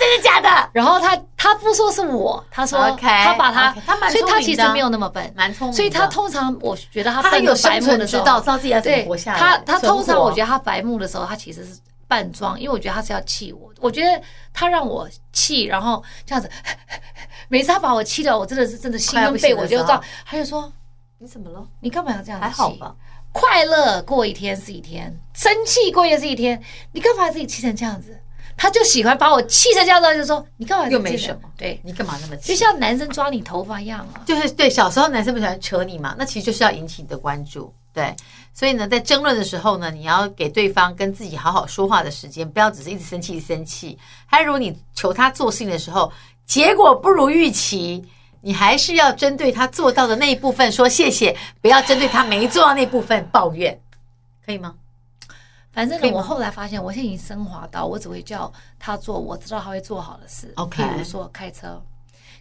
Speaker 1: 真的假的？
Speaker 2: 然后他他不说是我，他说
Speaker 1: OK，
Speaker 2: 他把他
Speaker 1: OK，他蛮
Speaker 2: 所以
Speaker 1: 聪
Speaker 2: 他
Speaker 1: 明
Speaker 2: 其
Speaker 1: 的
Speaker 2: 实
Speaker 1: 啊
Speaker 2: 没有那么笨，
Speaker 1: 蛮聪明的
Speaker 2: 所以他通常我觉得他
Speaker 1: 他
Speaker 2: 笨
Speaker 1: 很有
Speaker 2: 的白
Speaker 1: 生
Speaker 2: 目
Speaker 1: 存
Speaker 2: 的
Speaker 1: 之
Speaker 2: 时
Speaker 1: 道，
Speaker 2: 候
Speaker 1: 知，道自己要怎么
Speaker 2: 对
Speaker 1: 活下来。
Speaker 2: 他他通常我觉
Speaker 1: 得
Speaker 2: 得他白目的时候，他其实是扮装，因为我觉得他是要气我，我觉得他让我气，然后这样子， (laughs) 每次他把我气的，我真的是真的心
Speaker 1: 快要
Speaker 2: 跟
Speaker 1: 不
Speaker 2: 肺
Speaker 1: 行的
Speaker 2: 我就
Speaker 1: 时
Speaker 2: 知
Speaker 1: 候
Speaker 2: 道，他就说
Speaker 1: 你怎么了？
Speaker 2: 你干嘛要这样子
Speaker 1: 还好
Speaker 2: 气
Speaker 1: 吧？
Speaker 2: 快乐过一天是一天，生气过夜是一天，你干嘛自己气成这样子？他就喜欢把我气成这样子，他就说你干嘛自己
Speaker 1: 又没
Speaker 2: 气成
Speaker 1: 什么
Speaker 2: 对，
Speaker 1: 你干嘛那么
Speaker 2: 就
Speaker 1: 气？
Speaker 2: 像男生抓你头发一样啊。
Speaker 1: 就是对，小时候男生不喜欢扯你嘛，那其实就是要引起你的关注。对，所以呢，在争论的时候呢，你要给对方跟自己好好说话的时间，不要只是一直生气、一直生气。还有，如果你求他做事情的时候，结果不如预期，你还是要针对他做到的那一部分说谢谢，不要针对他没做到那部分抱怨，可以吗？
Speaker 2: 反正
Speaker 1: 可以
Speaker 2: 呢，
Speaker 1: 吗
Speaker 2: 我后来发现，我现在已经升华到，我只会叫他做我知道他会做好的事。
Speaker 1: OK
Speaker 2: 譬如说开车，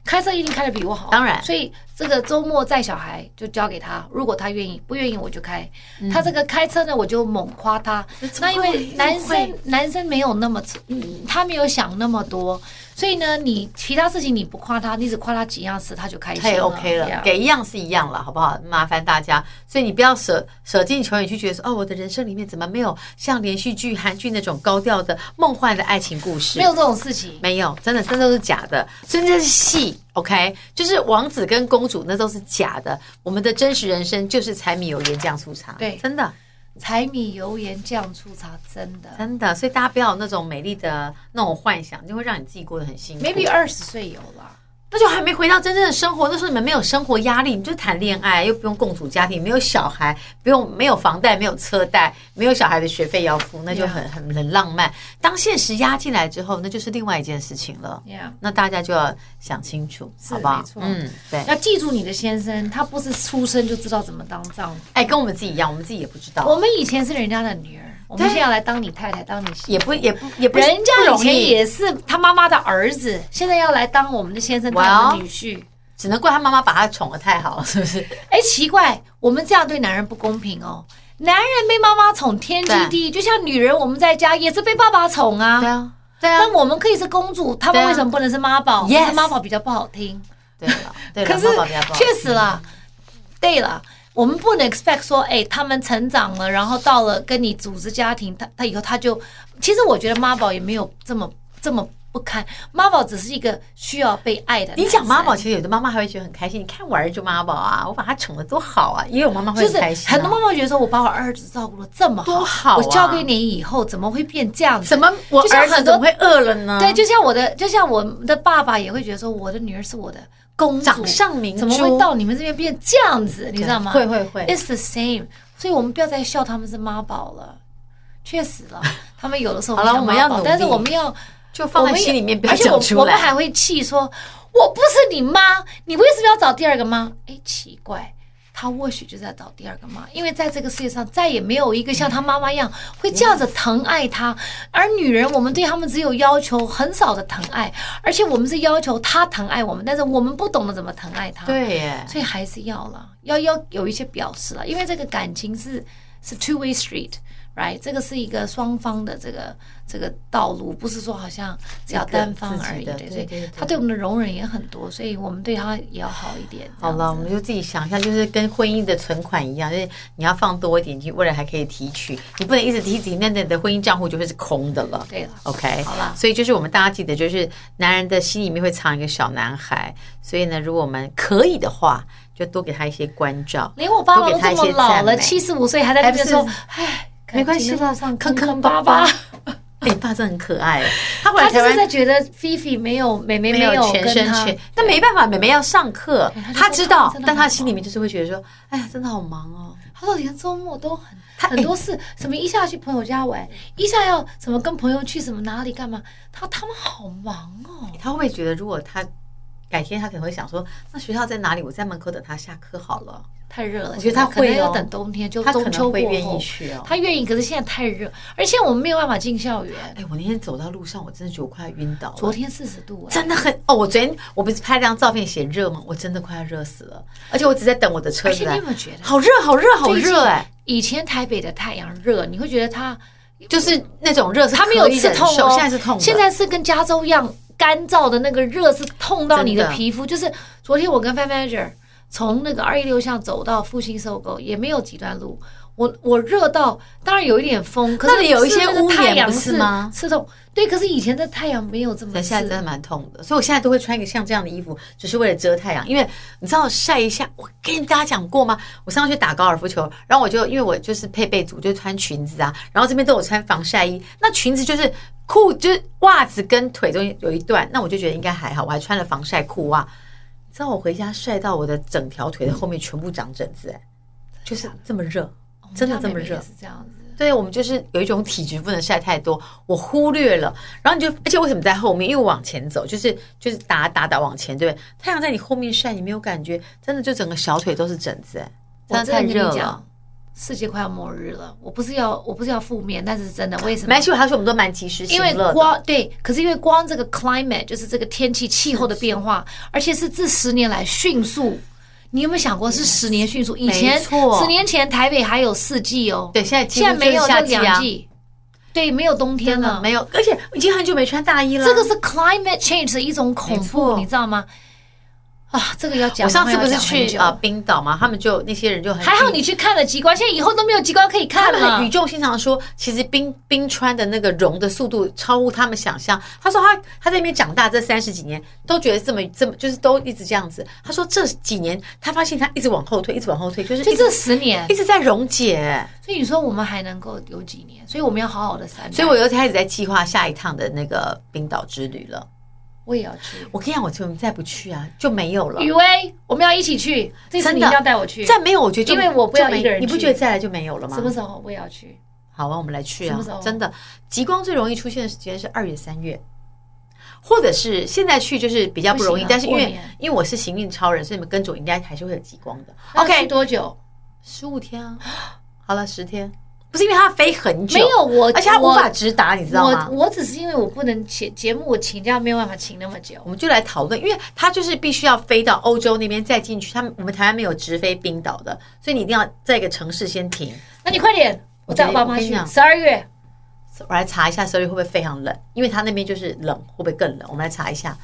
Speaker 2: 开车一定开的比我好，
Speaker 1: 当然
Speaker 2: 所以这个周末载小孩就交给他，如果他愿意，不愿意我就开。他这个开车呢，我就猛夸他。那因为男
Speaker 1: 嗯怎么会
Speaker 2: 生男生没有那么，嗯他没有想那么多，所以呢，你其他事情你不夸他，你只夸他几样事，他就开
Speaker 1: 他
Speaker 2: 心
Speaker 1: 也
Speaker 2: 了。
Speaker 1: OK 了，
Speaker 2: Yeah
Speaker 1: 给一样是一样了，好不好？麻烦大家，所以你不要舍舍近求远去觉得说，哦，我的人生里面怎么没有像连续剧、韩剧那种高调的梦幻的爱情故事？
Speaker 2: 没有这种事情。
Speaker 1: 没有，真的，这都是假的，真的是戏。OK，就是王子跟公主那都是假的，我们的真实人生就是柴米油盐酱醋茶，
Speaker 2: 对
Speaker 1: 真的，
Speaker 2: 柴米油盐酱醋茶，真的。
Speaker 1: 真的。所以大家不要有那种美丽的那种幻想，就会让你自己过得很辛苦。
Speaker 2: maybe 二十岁有了。
Speaker 1: 那就还没回到真正的生活，那时候你们没有生活压力，你们就谈恋爱，又不用共组家庭，没有小孩，不用没有房贷，没有车贷，没有小孩的学费要付，那就很很很浪漫。当现实压进来之后，那就是另外一件事情了。
Speaker 2: Yeah，
Speaker 1: 那大家就要想清楚，好不好
Speaker 2: 没？错
Speaker 1: 嗯，对。
Speaker 2: 要记住你的先生，他不是出生就知道怎么当丈夫。
Speaker 1: 哎，跟我们自己一样，我们自己也不知
Speaker 2: 我
Speaker 1: 道，
Speaker 2: 们以前是人家的女儿，我们现在要来当你太太，当你媳
Speaker 1: 也
Speaker 2: 妇。
Speaker 1: 不也不也不
Speaker 2: 人
Speaker 1: 不
Speaker 2: 家以
Speaker 1: 容
Speaker 2: 前
Speaker 1: 易。
Speaker 2: 也是他妈妈的儿子，现在要来当我们的先生，当我们的女婿。
Speaker 1: 只能怪他妈妈把他宠得太好，是不是？
Speaker 2: 哎，奇怪，我们这样对男人不公平哦。男人被妈妈宠天经地义，就像女人我们在家也是被爸爸宠啊。
Speaker 1: 对啊，对啊
Speaker 2: 那，我们可以是公主，他
Speaker 1: 对
Speaker 2: 们
Speaker 1: 啊
Speaker 2: 为什么不能是妈宝？
Speaker 1: Yes
Speaker 2: 可是妈宝比较不好听。
Speaker 1: 对了，对了，
Speaker 2: 可是
Speaker 1: 妈妈比较不好嗯
Speaker 2: 确实啦，对了。我们不能 expect 说，哎、他们成长了，然后到了跟你组织家庭，他他以后他就，其实我觉得妈宝也没有这么这么不堪，妈宝只是一个需要被爱的。
Speaker 1: 你讲妈宝，，其实有的妈妈还会觉得很开心。你看我儿子妈宝啊，我把他宠得多好啊，也有妈妈会
Speaker 2: 就
Speaker 1: 很
Speaker 2: 是
Speaker 1: 开心啊、
Speaker 2: 很多妈妈觉得说，我把我儿子照顾的这么好，
Speaker 1: 多好啊
Speaker 2: 我交给你以后怎么会变这样子？
Speaker 1: 怎么我
Speaker 2: 就像
Speaker 1: 儿子
Speaker 2: 很
Speaker 1: 怎
Speaker 2: 多
Speaker 1: 么会饿了呢？
Speaker 2: 对，就像我的，就像我的爸爸也会觉得说，我的女儿是我的公主，
Speaker 1: 掌上明珠
Speaker 2: 怎么会到你们这边变这样子？你知道吗？
Speaker 1: 会会会
Speaker 2: ，It's the same。所以我们不要再笑他们是妈宝了，确实
Speaker 1: (laughs)
Speaker 2: 了，他们有的时候
Speaker 1: 好了
Speaker 2: 像
Speaker 1: 我们要
Speaker 2: 妈宝
Speaker 1: 努力
Speaker 2: 但是我们要
Speaker 1: 就放在
Speaker 2: 我们也
Speaker 1: 心里面，不要
Speaker 2: 而且
Speaker 1: 讲
Speaker 2: 我
Speaker 1: 出
Speaker 2: 我们还
Speaker 1: 来。
Speaker 2: 会气说，我不是你妈，你为什么要找第二个妈？哎，奇怪。他或许就是在找第二个妈，因为在这个世界上再也没有一个像他妈妈一样会这样子疼爱他。而女人，我们对他们只有要求，很少的疼爱，而且我们是要求他疼爱我们，但是我们不懂得怎么疼爱他。，
Speaker 1: 对耶，
Speaker 2: 所以还是要了，要要有一些表示了，因为这个感情是是 two way street。right，这个是一个双方的这个这个道路，不是说好像只要
Speaker 1: 这个
Speaker 2: 单方
Speaker 1: 自己
Speaker 2: 而已。
Speaker 1: 的
Speaker 2: 对，
Speaker 1: 对
Speaker 2: 所以
Speaker 1: 对对
Speaker 2: 他对我们的容忍也很多，所以我们对他也要好一点。
Speaker 1: 好了，我们就自己想象，就是跟婚姻的存款一样，就是你要放多一点进去，未来还可以提取。你不能一直提提，那那你的婚姻账户就会是空的了。
Speaker 2: 对了
Speaker 1: ，OK，
Speaker 2: 好啦
Speaker 1: 所以就是我们大家记得，就是男人的心里面会藏一个小男孩，所以呢，如果我们可以的话，就多给他一些关照。
Speaker 2: 连我爸爸
Speaker 1: 多
Speaker 2: 都
Speaker 1: 给他
Speaker 2: 这
Speaker 1: 一
Speaker 2: 么
Speaker 1: 些
Speaker 2: 老
Speaker 1: 赞美
Speaker 2: 了，七十五岁还在那边说
Speaker 1: 还不是，
Speaker 2: 唉，
Speaker 1: 没关系啦
Speaker 2: 啦，上
Speaker 1: 坑坑
Speaker 2: 坑坑
Speaker 1: 巴
Speaker 2: 巴
Speaker 1: 巴
Speaker 2: 巴。
Speaker 1: (laughs) 哎、爸真的很可爱，他回
Speaker 2: 他
Speaker 1: 来台
Speaker 2: 就是在
Speaker 1: 湾。
Speaker 2: 觉得菲菲没有妹妹
Speaker 1: 没
Speaker 2: 有
Speaker 1: 有全
Speaker 2: 跟
Speaker 1: 身
Speaker 2: 他
Speaker 1: 全，那没办法，妹妹要上课
Speaker 2: 对他，就
Speaker 1: 他
Speaker 2: 说
Speaker 1: 知道
Speaker 2: 他真，的
Speaker 1: 但
Speaker 2: 很
Speaker 1: 他
Speaker 2: 忙
Speaker 1: 心里面就是会觉得说，哎呀，真的好忙哦。
Speaker 2: 他说连周末都很
Speaker 1: 他
Speaker 2: 很多事，什么一下去朋友家玩，一下要什么跟朋友去什么哪里干嘛，他他们好忙哦。
Speaker 1: 他会不会觉得，如果他改天他可能会想说，那学校在哪里？我在门口等他下课好了。
Speaker 2: 太热了，
Speaker 1: 我觉得他
Speaker 2: 可能
Speaker 1: 会哦
Speaker 2: 要等冬天，就
Speaker 1: 他可
Speaker 2: 中
Speaker 1: 能
Speaker 2: 秋
Speaker 1: 会
Speaker 2: 过
Speaker 1: 愿意
Speaker 2: 后，
Speaker 1: 去哦。
Speaker 2: 他愿意。可是现在太热，而且我们没有办法进校园。
Speaker 1: 哎，我那天走到路上，我真的觉得我快要晕倒
Speaker 2: 昨
Speaker 1: 了。
Speaker 2: 天四十度、哎，
Speaker 1: 真的很哦！我昨天我不是拍了张照片写热吗？我真的快要热死了，而且我只在等我的车
Speaker 2: 而
Speaker 1: 子
Speaker 2: 且你
Speaker 1: 来
Speaker 2: 有。没有觉得，
Speaker 1: 好热，好热，好
Speaker 2: 最近
Speaker 1: 热哎、
Speaker 2: 以前台北的太阳热，你会觉得它
Speaker 1: 就是那种热是
Speaker 2: 它
Speaker 1: 可
Speaker 2: 没
Speaker 1: 以
Speaker 2: 有
Speaker 1: 忍受，
Speaker 2: 刺痛哦，
Speaker 1: 现在是痛的。
Speaker 2: 现在是跟加州一样干燥的那个热是痛到你
Speaker 1: 真
Speaker 2: 的
Speaker 1: 的
Speaker 2: 皮肤。就是昨天我跟 Fan Manager 从那个二一六巷走到复兴收购，也没有几段路。我我热到，当然有一点风，可
Speaker 1: 那
Speaker 2: 是
Speaker 1: 里有一
Speaker 2: 是
Speaker 1: 些
Speaker 2: 那个
Speaker 1: 屋檐
Speaker 2: 太阳
Speaker 1: 不是吗
Speaker 2: 刺痛，对，可是以前的太阳没有这么
Speaker 1: 对，
Speaker 2: 刺
Speaker 1: 现在真的蛮痛的，所以我现在都会穿一个像这样的衣服，只是为了遮太阳。因为你知道晒一下，我跟大家讲过吗？我上次去打高尔夫球，然后我就因为我就是配备组，就穿裙子啊，然后这边都有穿防晒衣，那裙子就是裤就是袜子跟腿中间有一段，那我就觉得应该还好，我还穿了防晒裤袜。你知道我回家晒到我的整条腿的后面全部长疹子、哎，就是这么热，
Speaker 2: 哦我们
Speaker 1: 真的
Speaker 2: 家
Speaker 1: 这么
Speaker 2: 妹妹也
Speaker 1: 热
Speaker 2: 是这样子。
Speaker 1: 对，我们就是有一种体质不能晒太多，我忽略了。然后你就，而且为什么在后面？因为我往前走，就是就是打打打往前，对不对？太阳在你后面晒，你没有感觉，真的就整个小腿都是疹子，哎
Speaker 2: 我
Speaker 1: 真的太
Speaker 2: 跟
Speaker 1: 热
Speaker 2: 你
Speaker 1: 了
Speaker 2: 讲。，世界快要末日了。我不是要我不是要负面，但是真的，为什么
Speaker 1: 没关？系，我还说我们都蛮及时行
Speaker 2: 因为
Speaker 1: 乐的。
Speaker 2: 光对，可是因为光这个 climate 就是这个天气气候的变化，而且是这十年来迅速。你有没有想过是十年迅速？以前
Speaker 1: 没错
Speaker 2: 十年前台北还有四季哦，
Speaker 1: 对，现在几
Speaker 2: 现
Speaker 1: 乎
Speaker 2: 在没有
Speaker 1: 就是
Speaker 2: 就
Speaker 1: 夏季
Speaker 2: 两
Speaker 1: 啊，
Speaker 2: 季，对，没有冬天
Speaker 1: 真的
Speaker 2: 了。
Speaker 1: 没有，而且已经很久没穿大衣了。
Speaker 2: 这个是 climate change 的一种
Speaker 1: 没
Speaker 2: 恐怖，
Speaker 1: 错
Speaker 2: 你知道吗？啊，这个要讲，
Speaker 1: 我上次不是
Speaker 2: 要讲很
Speaker 1: 去
Speaker 2: 久
Speaker 1: 啊、呃冰岛嘛，他们就那些人就很
Speaker 2: 还好你去看了极光，现在以后都没有极光可以
Speaker 1: 他
Speaker 2: 看
Speaker 1: 们很
Speaker 2: 了
Speaker 1: 语。重心长地说，其实冰冰川的那个融的速度超乎他们想象。他说他他在那边长大这三十几年都觉得这么这么就是都一直这样子。他说这几年他发现他一直往后退，一直往后退，就是
Speaker 2: 就
Speaker 1: 一直
Speaker 2: 这十年
Speaker 1: 一，直在溶解。
Speaker 2: 所以你说我们还能够有几年？所以我们要好好的善待。
Speaker 1: 所以我又开始在计划下一趟的那个冰岛之旅了。
Speaker 2: 我也要去。
Speaker 1: 我跟你讲，我我们再不去啊就没有了。
Speaker 2: 雨薇，我们要一起去，这次
Speaker 1: 真
Speaker 2: 你一
Speaker 1: 的
Speaker 2: 定要带我去。
Speaker 1: 再没有，我觉得就
Speaker 2: 因为我不要
Speaker 1: 就没
Speaker 2: 一个人
Speaker 1: 你不
Speaker 2: 去
Speaker 1: 觉得再来就没有了吗
Speaker 2: 什？么时候我也要去？
Speaker 1: 好啊，我们来去
Speaker 2: 什
Speaker 1: 啊
Speaker 2: 么时！候
Speaker 1: 真的，极光最容易出现的时间是二月、三月，或者是现在去就是比较不容易。
Speaker 2: 不行啊
Speaker 1: 但是因
Speaker 2: 过
Speaker 1: 为
Speaker 2: 年
Speaker 1: 因为我是行运超人，所以你们跟着我应该还是会有极光的。
Speaker 2: 要去
Speaker 1: OK，
Speaker 2: 多久？
Speaker 1: (gasps) 十五天啊，好了，十天。不是因为它飞很久，
Speaker 2: 没有我
Speaker 1: 而且它无
Speaker 2: 我
Speaker 1: 法直达，你知道吗
Speaker 2: 我？我只是因为我不能请节目，我请假没有办法请那么久。
Speaker 1: 我们就来讨论，因为它就是必须要飞到欧洲那边再进去。他们我们台湾没有直飞冰岛的，所以你一定要在一个城市先停。
Speaker 2: 那你快点，我带我爸
Speaker 1: 我
Speaker 2: 妈
Speaker 1: 跟你
Speaker 2: 去
Speaker 1: 讲。
Speaker 2: 十二月，
Speaker 1: 我来查一下，所以会不会非常冷？因为它那边就是冷，会不会更冷？我们来查一下。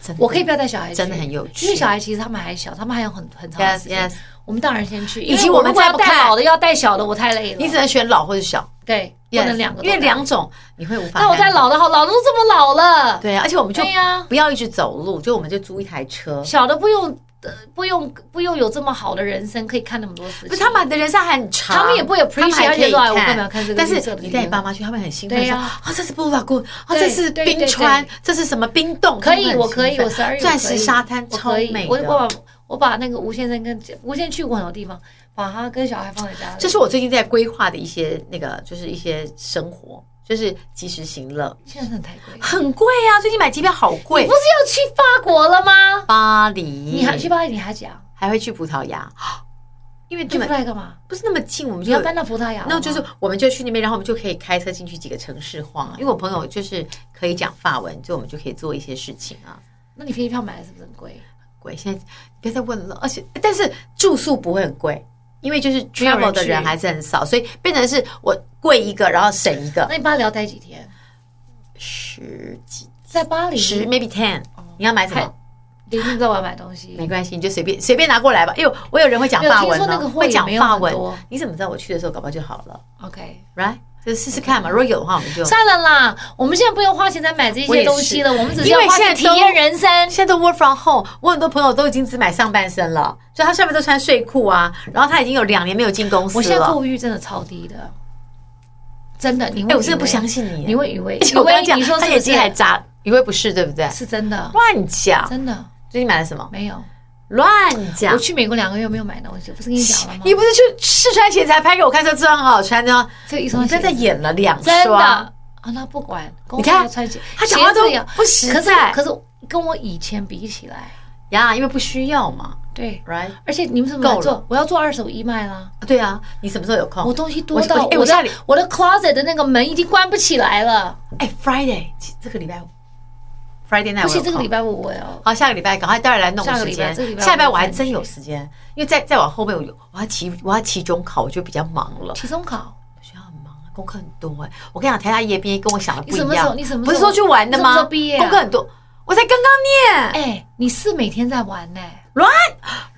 Speaker 1: 真的
Speaker 2: 我可以不要带小孩去，
Speaker 1: 真的很有趣
Speaker 2: 因为小孩其实他们还小，他们还有很很长的
Speaker 1: Yes,
Speaker 2: 时间
Speaker 1: yes。
Speaker 2: 我们当然先去，
Speaker 1: 以及
Speaker 2: 因为
Speaker 1: 我们
Speaker 2: 如果
Speaker 1: 再
Speaker 2: 要
Speaker 1: 不
Speaker 2: 带
Speaker 1: 看
Speaker 2: 老的，要带小的，我太累了。
Speaker 1: 你只能选老或者小，
Speaker 2: 对，不
Speaker 1: Yes，
Speaker 2: 能两个都带，啊
Speaker 1: 因为两种你会无法。
Speaker 2: 那我带老的好，老的都这么老了，
Speaker 1: 对啊，而且我们就
Speaker 2: 对呀
Speaker 1: 不要一直走路，就我们就租一台车。
Speaker 2: 小的不用呃不用不用有这么好的人生，可以看那么多事
Speaker 1: 不
Speaker 2: 情。
Speaker 1: 是他们的人生还很长，
Speaker 2: 他们也不 appreciate，
Speaker 1: 他们还可以
Speaker 2: 而且说哎我干嘛要看这个
Speaker 1: 但
Speaker 2: 绿色
Speaker 1: 是
Speaker 2: 的
Speaker 1: 你
Speaker 2: 地
Speaker 1: 带你
Speaker 2: 方
Speaker 1: 爸妈去，他们很兴奋，
Speaker 2: 对
Speaker 1: 说
Speaker 2: 呀
Speaker 1: 啊，这是布拉宫，啊，
Speaker 2: 对
Speaker 1: 这是
Speaker 2: 对对
Speaker 1: 冰川
Speaker 2: 对，
Speaker 1: 这是什么冰洞？
Speaker 2: 可
Speaker 1: 他们
Speaker 2: 以，
Speaker 1: 很
Speaker 2: 我可以，
Speaker 1: 兴奋
Speaker 2: 我十二月
Speaker 1: 钻
Speaker 2: 可
Speaker 1: 石
Speaker 2: 以
Speaker 1: 沙滩
Speaker 2: 我
Speaker 1: 超
Speaker 2: 可以
Speaker 1: 美
Speaker 2: 我
Speaker 1: 的。
Speaker 2: 我把我把那个吴先生跟吴先生去过很多地方，把他跟小孩放在家里。
Speaker 1: 这是我最近在规划的一些那个，就是一些生活，就是及时行乐，
Speaker 2: 现在真的太贵了，
Speaker 1: 很贵啊！最近买机票好
Speaker 2: 你
Speaker 1: 贵
Speaker 2: 不，是要去法国了吗？
Speaker 1: 巴黎，
Speaker 2: 你还去巴黎？你还讲
Speaker 1: 还会去葡萄牙，因为
Speaker 2: 去
Speaker 1: 对
Speaker 2: 葡
Speaker 1: 嘛
Speaker 2: 萄牙干嘛？
Speaker 1: 不是那么近，我们
Speaker 2: 你
Speaker 1: 就
Speaker 2: 要搬到葡萄牙了吗？
Speaker 1: 那就是我们就去那边，然后我们就可以开车进去几个城市晃啊。因为我朋友就是可以讲法文，就我们就可以做一些事情啊。
Speaker 2: 那你飞机票买的是不是很贵？
Speaker 1: 贵，现在别再问了。而且，但是住宿不会很贵，因为就是 travel 的人还是很少，所以变成是我贵一个，然后省一个
Speaker 2: 那你巴黎要待几天？
Speaker 1: 十几
Speaker 2: 在巴黎
Speaker 1: 十 maybe ten。你要买什么
Speaker 2: 还？林俊在我要买东西，
Speaker 1: 没关系，你就随便随便拿过来吧。因为我有人会讲
Speaker 2: 没有
Speaker 1: 法文
Speaker 2: 听说那
Speaker 1: 吗？
Speaker 2: 个
Speaker 1: 会
Speaker 2: 会也
Speaker 1: 讲
Speaker 2: 没有
Speaker 1: 法
Speaker 2: 很
Speaker 1: 文
Speaker 2: 多，
Speaker 1: 你怎么知道我去的时候搞不好就好了
Speaker 2: OK。
Speaker 1: ？Right，就试试看嘛。如果有的话，我们就
Speaker 2: 算了啦，我们现在不用花钱再买这
Speaker 1: 我也是
Speaker 2: 些东西了，我们只是
Speaker 1: 因
Speaker 2: 要
Speaker 1: 为
Speaker 2: 花钱
Speaker 1: 现在
Speaker 2: 体
Speaker 1: 都
Speaker 2: 验人生。
Speaker 1: 现在都 work from home，我很多朋友都已经只买上半身了，就他上面都穿睡裤啊，然后他已经有两年没有进公司
Speaker 2: 我现在
Speaker 1: 了。
Speaker 2: 购物欲真的超低的，真的，你
Speaker 1: 哎、
Speaker 2: 会
Speaker 1: 我真的
Speaker 2: 以
Speaker 1: 不
Speaker 2: 为
Speaker 1: 相信你，
Speaker 2: 你会以为，
Speaker 1: 而
Speaker 2: 以
Speaker 1: 且我
Speaker 2: 为
Speaker 1: 刚讲
Speaker 2: 你说
Speaker 1: 他
Speaker 2: 是
Speaker 1: 眼
Speaker 2: 不是
Speaker 1: 睛还眨，以为不是对不对？
Speaker 2: 是真的？
Speaker 1: 乱讲，
Speaker 2: 真的
Speaker 1: 最近买了什么？
Speaker 2: 没有。
Speaker 1: 乱讲
Speaker 2: 我。去美国两个月没有买东西，我不是跟你讲了吗？
Speaker 1: 你不是去试穿鞋才拍给我看，说这双很好穿的吗？
Speaker 2: 这一
Speaker 1: 你
Speaker 2: 双
Speaker 1: 不
Speaker 2: 鞋
Speaker 1: 要再演了，两
Speaker 2: 真的
Speaker 1: 双
Speaker 2: 啊，那不管，
Speaker 1: 你看
Speaker 2: 公司还穿鞋，
Speaker 1: 他讲话
Speaker 2: 鞋
Speaker 1: 都
Speaker 2: 子也
Speaker 1: 不实
Speaker 2: 可是
Speaker 1: 在
Speaker 2: 可是跟我以前比起来，
Speaker 1: 呀，因为不需要嘛
Speaker 2: 对，
Speaker 1: ，right？
Speaker 2: 而且你们怎么
Speaker 1: 够了
Speaker 2: 做？我要做二手义卖啦。
Speaker 1: 对啊，你什么时候有空？
Speaker 2: 我东西多
Speaker 1: 我
Speaker 2: 到
Speaker 1: 我哎我
Speaker 2: 我
Speaker 1: 家
Speaker 2: 的
Speaker 1: 里
Speaker 2: 我的 closet 的那个门已经关不起来了，
Speaker 1: 哎、f r i d a y 这个礼拜五，Friday night 哎
Speaker 2: 不
Speaker 1: 我有
Speaker 2: 行，这个
Speaker 1: 空
Speaker 2: 礼拜五我要
Speaker 1: 好，下个礼拜赶快待会来弄
Speaker 2: 下个
Speaker 1: 时
Speaker 2: 礼拜
Speaker 1: 间
Speaker 2: 这个礼。拜
Speaker 1: 下礼拜
Speaker 2: 我
Speaker 1: 我
Speaker 2: 们
Speaker 1: 还
Speaker 2: 再
Speaker 1: 真
Speaker 2: 去
Speaker 1: 有时间，因为再再往后面我有我要期我要期中考，我就比较忙了，
Speaker 2: 期中考。
Speaker 1: 学校很忙，啊功课很多哎、我跟你讲，台大夜毕业跟我想的不
Speaker 2: 你什
Speaker 1: 一
Speaker 2: 么时候
Speaker 1: 样。
Speaker 2: 你什么时候
Speaker 1: 不是说去玩的
Speaker 2: 你什么时
Speaker 1: 吗？
Speaker 2: 候毕业啊
Speaker 1: 功课很多，我才刚刚念。
Speaker 2: 哎、你是每天在玩呢、
Speaker 1: 乱，